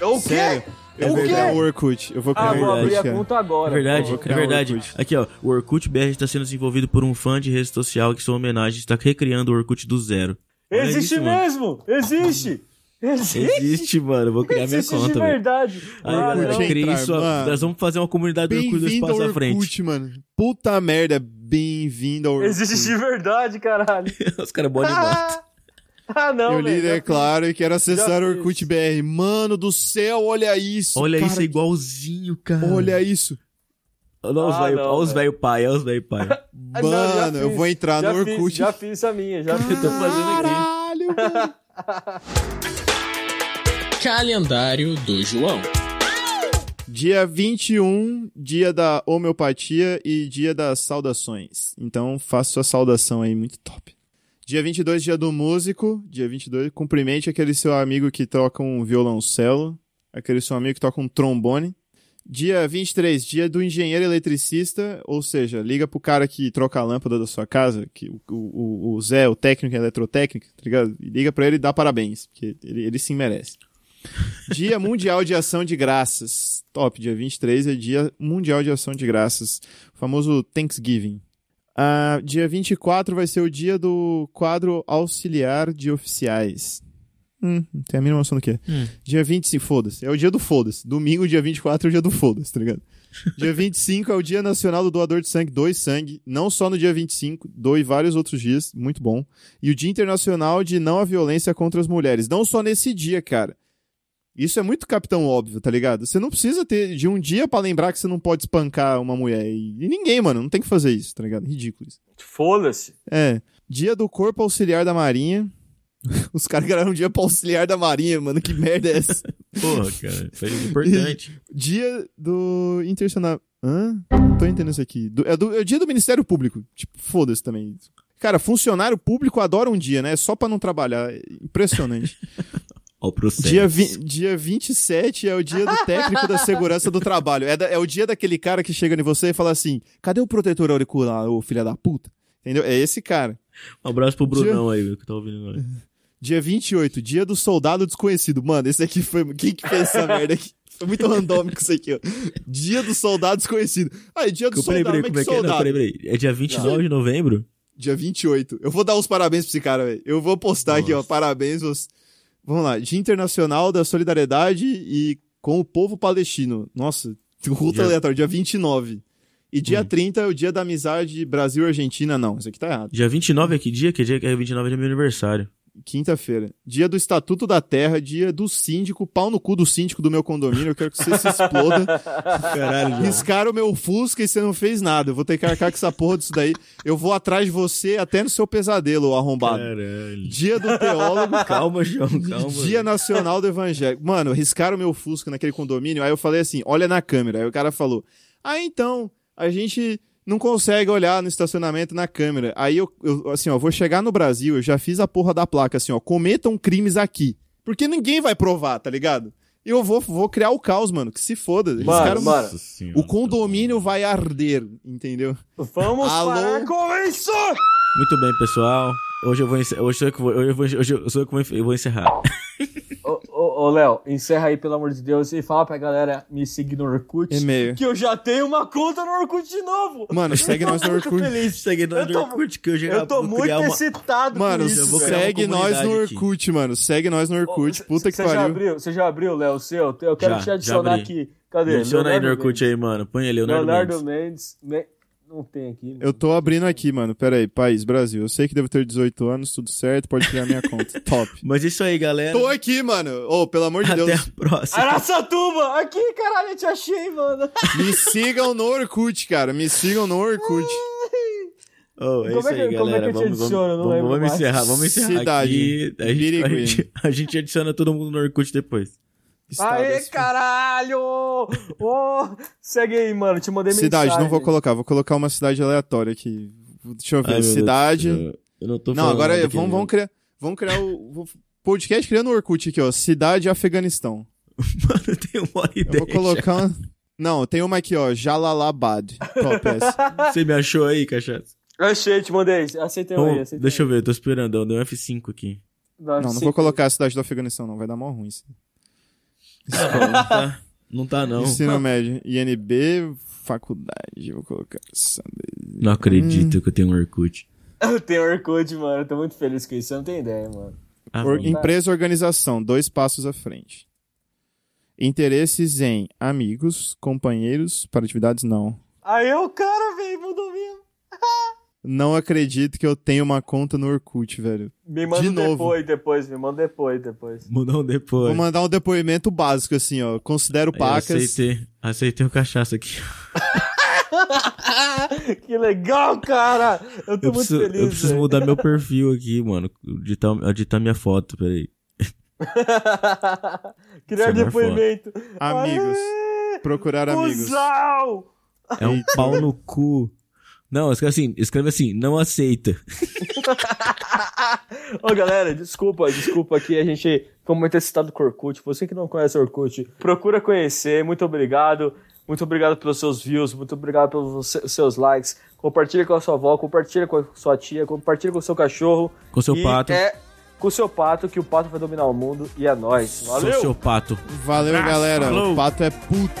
O quê? Sério, eu vou É O quê? criar um Orkut. Eu vou criar Ah, um vou Orkut, abrir a cara. conta agora. É verdade, vou é criar verdade. o Orkut. Aqui, ó. O Orkut BR está sendo desenvolvido por um fã de rede social que sua homenagem está recriando o Orkut do zero. Olha Existe isso, mano. mesmo! Existe! Existe! Existe, mano. Eu Vou criar minha Existe de conta, velho. verdade! Aí, Ah, galera, não. não. criei Entrar, sua- mano. Nós vamos fazer uma comunidade do Orkut do Bem-vindo ao Espaço à Frente. *laughs* Orkut, mano. Puta merda, bem-vindo ao Orkut. Existe de verdade, caralho! Os caras bora e bota. Ah, não, eu né, li, velho. é claro, e quero acessar já o Orkut fiz. BR. Mano do céu, olha isso. Olha cara, isso, é igualzinho, cara. Olha isso. Olha os Ah, velho- não, olha os velho. velho pai, olha os *laughs* velho pai. Ah, não, já Mano, eu fiz, vou entrar já no fiz, Orkut. já fiz a minha, já eu tô fazendo aqui. Caralho, velho. Calendário do João. Dia 21, dia da homeopatia e dia das saudações. Então, faça sua saudação aí, muito top. Dia 22, dia do músico. Dia 22, cumprimente aquele seu amigo que toca um violoncelo. Aquele seu amigo que toca um trombone. Dia 23, dia do engenheiro eletricista, ou seja, liga pro cara que troca a lâmpada da sua casa, que o, é o, o Zé, o técnico em eletrotécnica, tá ligado? E liga pra ele e dá parabéns, porque ele, ele sim merece. Dia Mundial de Ação de Graças. Top, dia 23 é Dia Mundial de Ação de Graças. O famoso Thanksgiving. Ah, dia 24 vai ser o dia do quadro auxiliar de oficiais. Hum, não tem a mínima noção do que é. Hum. Dia 25, foda-se. É o dia do foda-se. Domingo, dia 24, é o dia do foda-se, tá ligado? Dia 25 é o Dia Nacional do Doador de Sangue. Doe sangue. Não só no dia 25, doe vários outros dias. Muito bom. E o Dia Internacional de Não a Violência contra as Mulheres. Não só nesse dia, cara. Isso é muito capitão óbvio, tá ligado? Você não precisa ter de um dia pra lembrar que você não pode espancar uma mulher. E, e ninguém, mano, não tem que fazer isso, tá ligado? Ridículo isso. Foda-se. É. Dia do Corpo Auxiliar da Marinha. *laughs* Os caras criaram um dia pra auxiliar da Marinha, mano. Que merda é essa? Porra, cara, foi importante. Dia do Internacional. Hã? Não tô entendendo isso aqui. Do- é, do- é o dia do Ministério Público. Tipo, foda-se também. Cara, funcionário público adora um dia, né? É Só pra não trabalhar. É Impressionante. Ó, o processo. dia, vi, dia 27 é o dia do técnico da segurança do trabalho. É, da- é o dia daquele cara que chega em você e fala assim: cadê o protetor auricular, ô filha da puta? Entendeu? É esse cara. Um abraço pro Brunão aí, que tá ouvindo agora. Dia 28, dia do soldado desconhecido. Mano, esse aqui foi. Quem que fez *laughs* essa merda aqui? Foi muito randômico isso aqui, ó. Dia do soldado desconhecido. Ah, e dia do Eu peraí, soldado, peraí, mas como é que que é? Não, soldado? peraí, peraí. É dia 29 de novembro? Dia 28. Eu vou dar os parabéns pra esse cara, velho. Eu vou postar aqui, ó. Parabéns. Os... Vamos lá. Dia Internacional da Solidariedade e com o povo palestino. Nossa, ruta Dia- Hum. aleatória. Dia 29. E dia 30 é o dia da amizade Brasil-Argentina. Não, isso aqui tá errado. Dia 29 é que dia? Que dia que é 29 de meu aniversário. Quinta-feira. Dia do Estatuto da Terra, dia do síndico, pau no cu do síndico do meu condomínio. Eu quero que você se exploda. Caralho. Riscaram o meu Fusca e você não fez nada. Eu vou ter que arcar com essa porra disso daí. Eu vou atrás de você até no seu pesadelo, arrombado. É. Caralho. Dia do teólogo. *laughs* Calma, João, Então, calma. *laughs* Dia Nacional do Evangelho. Mano, riscaram meu Fusca naquele condomínio, aí eu falei assim: olha na câmera. Aí o cara falou: ah, então, a gente não consegue olhar no estacionamento na câmera. Aí eu, eu, assim, ó, vou chegar no Brasil, eu já fiz a porra da placa, assim, ó, cometam crimes aqui. Porque ninguém vai provar, tá ligado? Eu vou, vou criar o caos, mano, que se foda. Eles Mano, ficaram- mano. Senhora. um- O condomínio vai arder, entendeu? Vamos Alô? parar com isso! Muito bem, pessoal. Hoje eu vou encerrar. Hoje sou eu que vou, hoje eu vou, hoje eu sou eu que vou, enfe- eu vou encerrar. Ô, ô, ô, Léo, encerra aí, pelo amor de Deus, e fala pra galera me seguir no Orkut. E-mail. Que eu já tenho uma conta no Orkut de novo! Mano, segue *laughs* nós no Orkut. Segue Eu tô- que eu já Eu tô vou muito criar uma- excitado Mano, com isso, eu vou velho. criar uma segue nós no comunidade aqui. Orkut, mano. Segue nós no Orkut. Ô, Puta cê- que cê já pariu. abriu, você já abriu, Léo, o seu? Eu quero Já, te já adicionar abri. aqui. Cadê? Me Adiciona aí no Leonardo Orkut aí, mano. Põe aí, Leonardo, Leonardo Mendes. Mendes. Me- Não tem aqui. Eu tô abrindo aqui, mano. Pera aí, país, Brasil. Eu sei que devo ter 18 anos, tudo certo, pode criar minha *laughs* conta. Top. Mas é isso aí, galera. Tô aqui, mano. Ô, pelo amor de Até Deus. a próxima. Araçatuba! Aqui, caralho, eu te achei, mano. Me sigam no Orkut, cara. Me sigam no *laughs* Orkut. Oh, é Como isso é que- aí, como é galera. que eu te vamos, adiciono? Eu vamos, não vamos, lembro vamos mais. encerrar, vamos encerrar Cidade. aqui. A gente, a, Birigui. gente, a gente adiciona todo mundo no Orkut depois. Estados. Aê, caralho! Ô, segue aí, mano. Te mandei mensagem. Cidade, não vou colocar. Vou colocar uma cidade aleatória aqui. Deixa eu ver. Ai, meu Deus do cidade. céu. Eu não tô Não, falando agora nada aqui, vamos, né? vamos criar. Vamos criar o. vou- Podcast criando o Orkut aqui, ó. Cidade Afeganistão. *laughs* Mano, eu tenho uma Eu ideia. vou colocar. uma- Não, tem uma aqui, ó. Jalalabad. Top essa. *laughs* Você me achou aí, cachaça? Achei, te mandei. Aceitei Bom, aí, aceitei. deixa eu ver, eu tô esperando. eu Deu um *laughs* F5 aqui. Não, não vou colocar a cidade do Afeganistão, não. Vai dar mó ruim isso. Tá bom, não tá. Não tá, não. Ensino médio. INB, faculdade, vou colocar. Sunday. Não Hum. acredito que eu tenho um Orkut. *laughs* Eu tenho Orkut, mano. Eu tô muito feliz com isso. Você não tem ideia, mano. Ah, Or- não. empresa organização, dois passos à frente. Interesses em amigos, companheiros, para atividades, não. Aí o cara, velho, mudou mesmo. Não acredito que eu tenha uma conta no Orkut, velho. Me manda De um novo. depois, depois. Me manda depois, depois. *laughs* Mandou um depois. Vou mandar um depoimento básico, assim, ó. Considero Aí eu pacas. Aceitei, aceitei o cachaça *laughs* aqui. que legal, cara! Eu tô Eu muito preciso, feliz. eu preciso velho. *laughs* mudar meu perfil aqui, mano. Editar, editar minha foto, peraí. Criar Isso é depoimento. Amigos. Procurar amigos. Cusal! É um pau no cu. Não, escreve assim, escreve assim, não aceita. *laughs* Ô, galera, desculpa, desculpa aqui. A gente ficou muito excitado com o Orkut. Você que não conhece o Orkut, procura conhecer. Muito obrigado. Muito obrigado pelos seus views, muito obrigado pelos se- seus likes. Compartilha com a sua avó, compartilha com a sua tia, compartilha com o seu cachorro. Com seu E pato. É... com o seu pato, que o pato vai dominar o mundo e é nóis. Valeu! Sociopato. Valeu, Abraço, galera. falou. O pato é puto.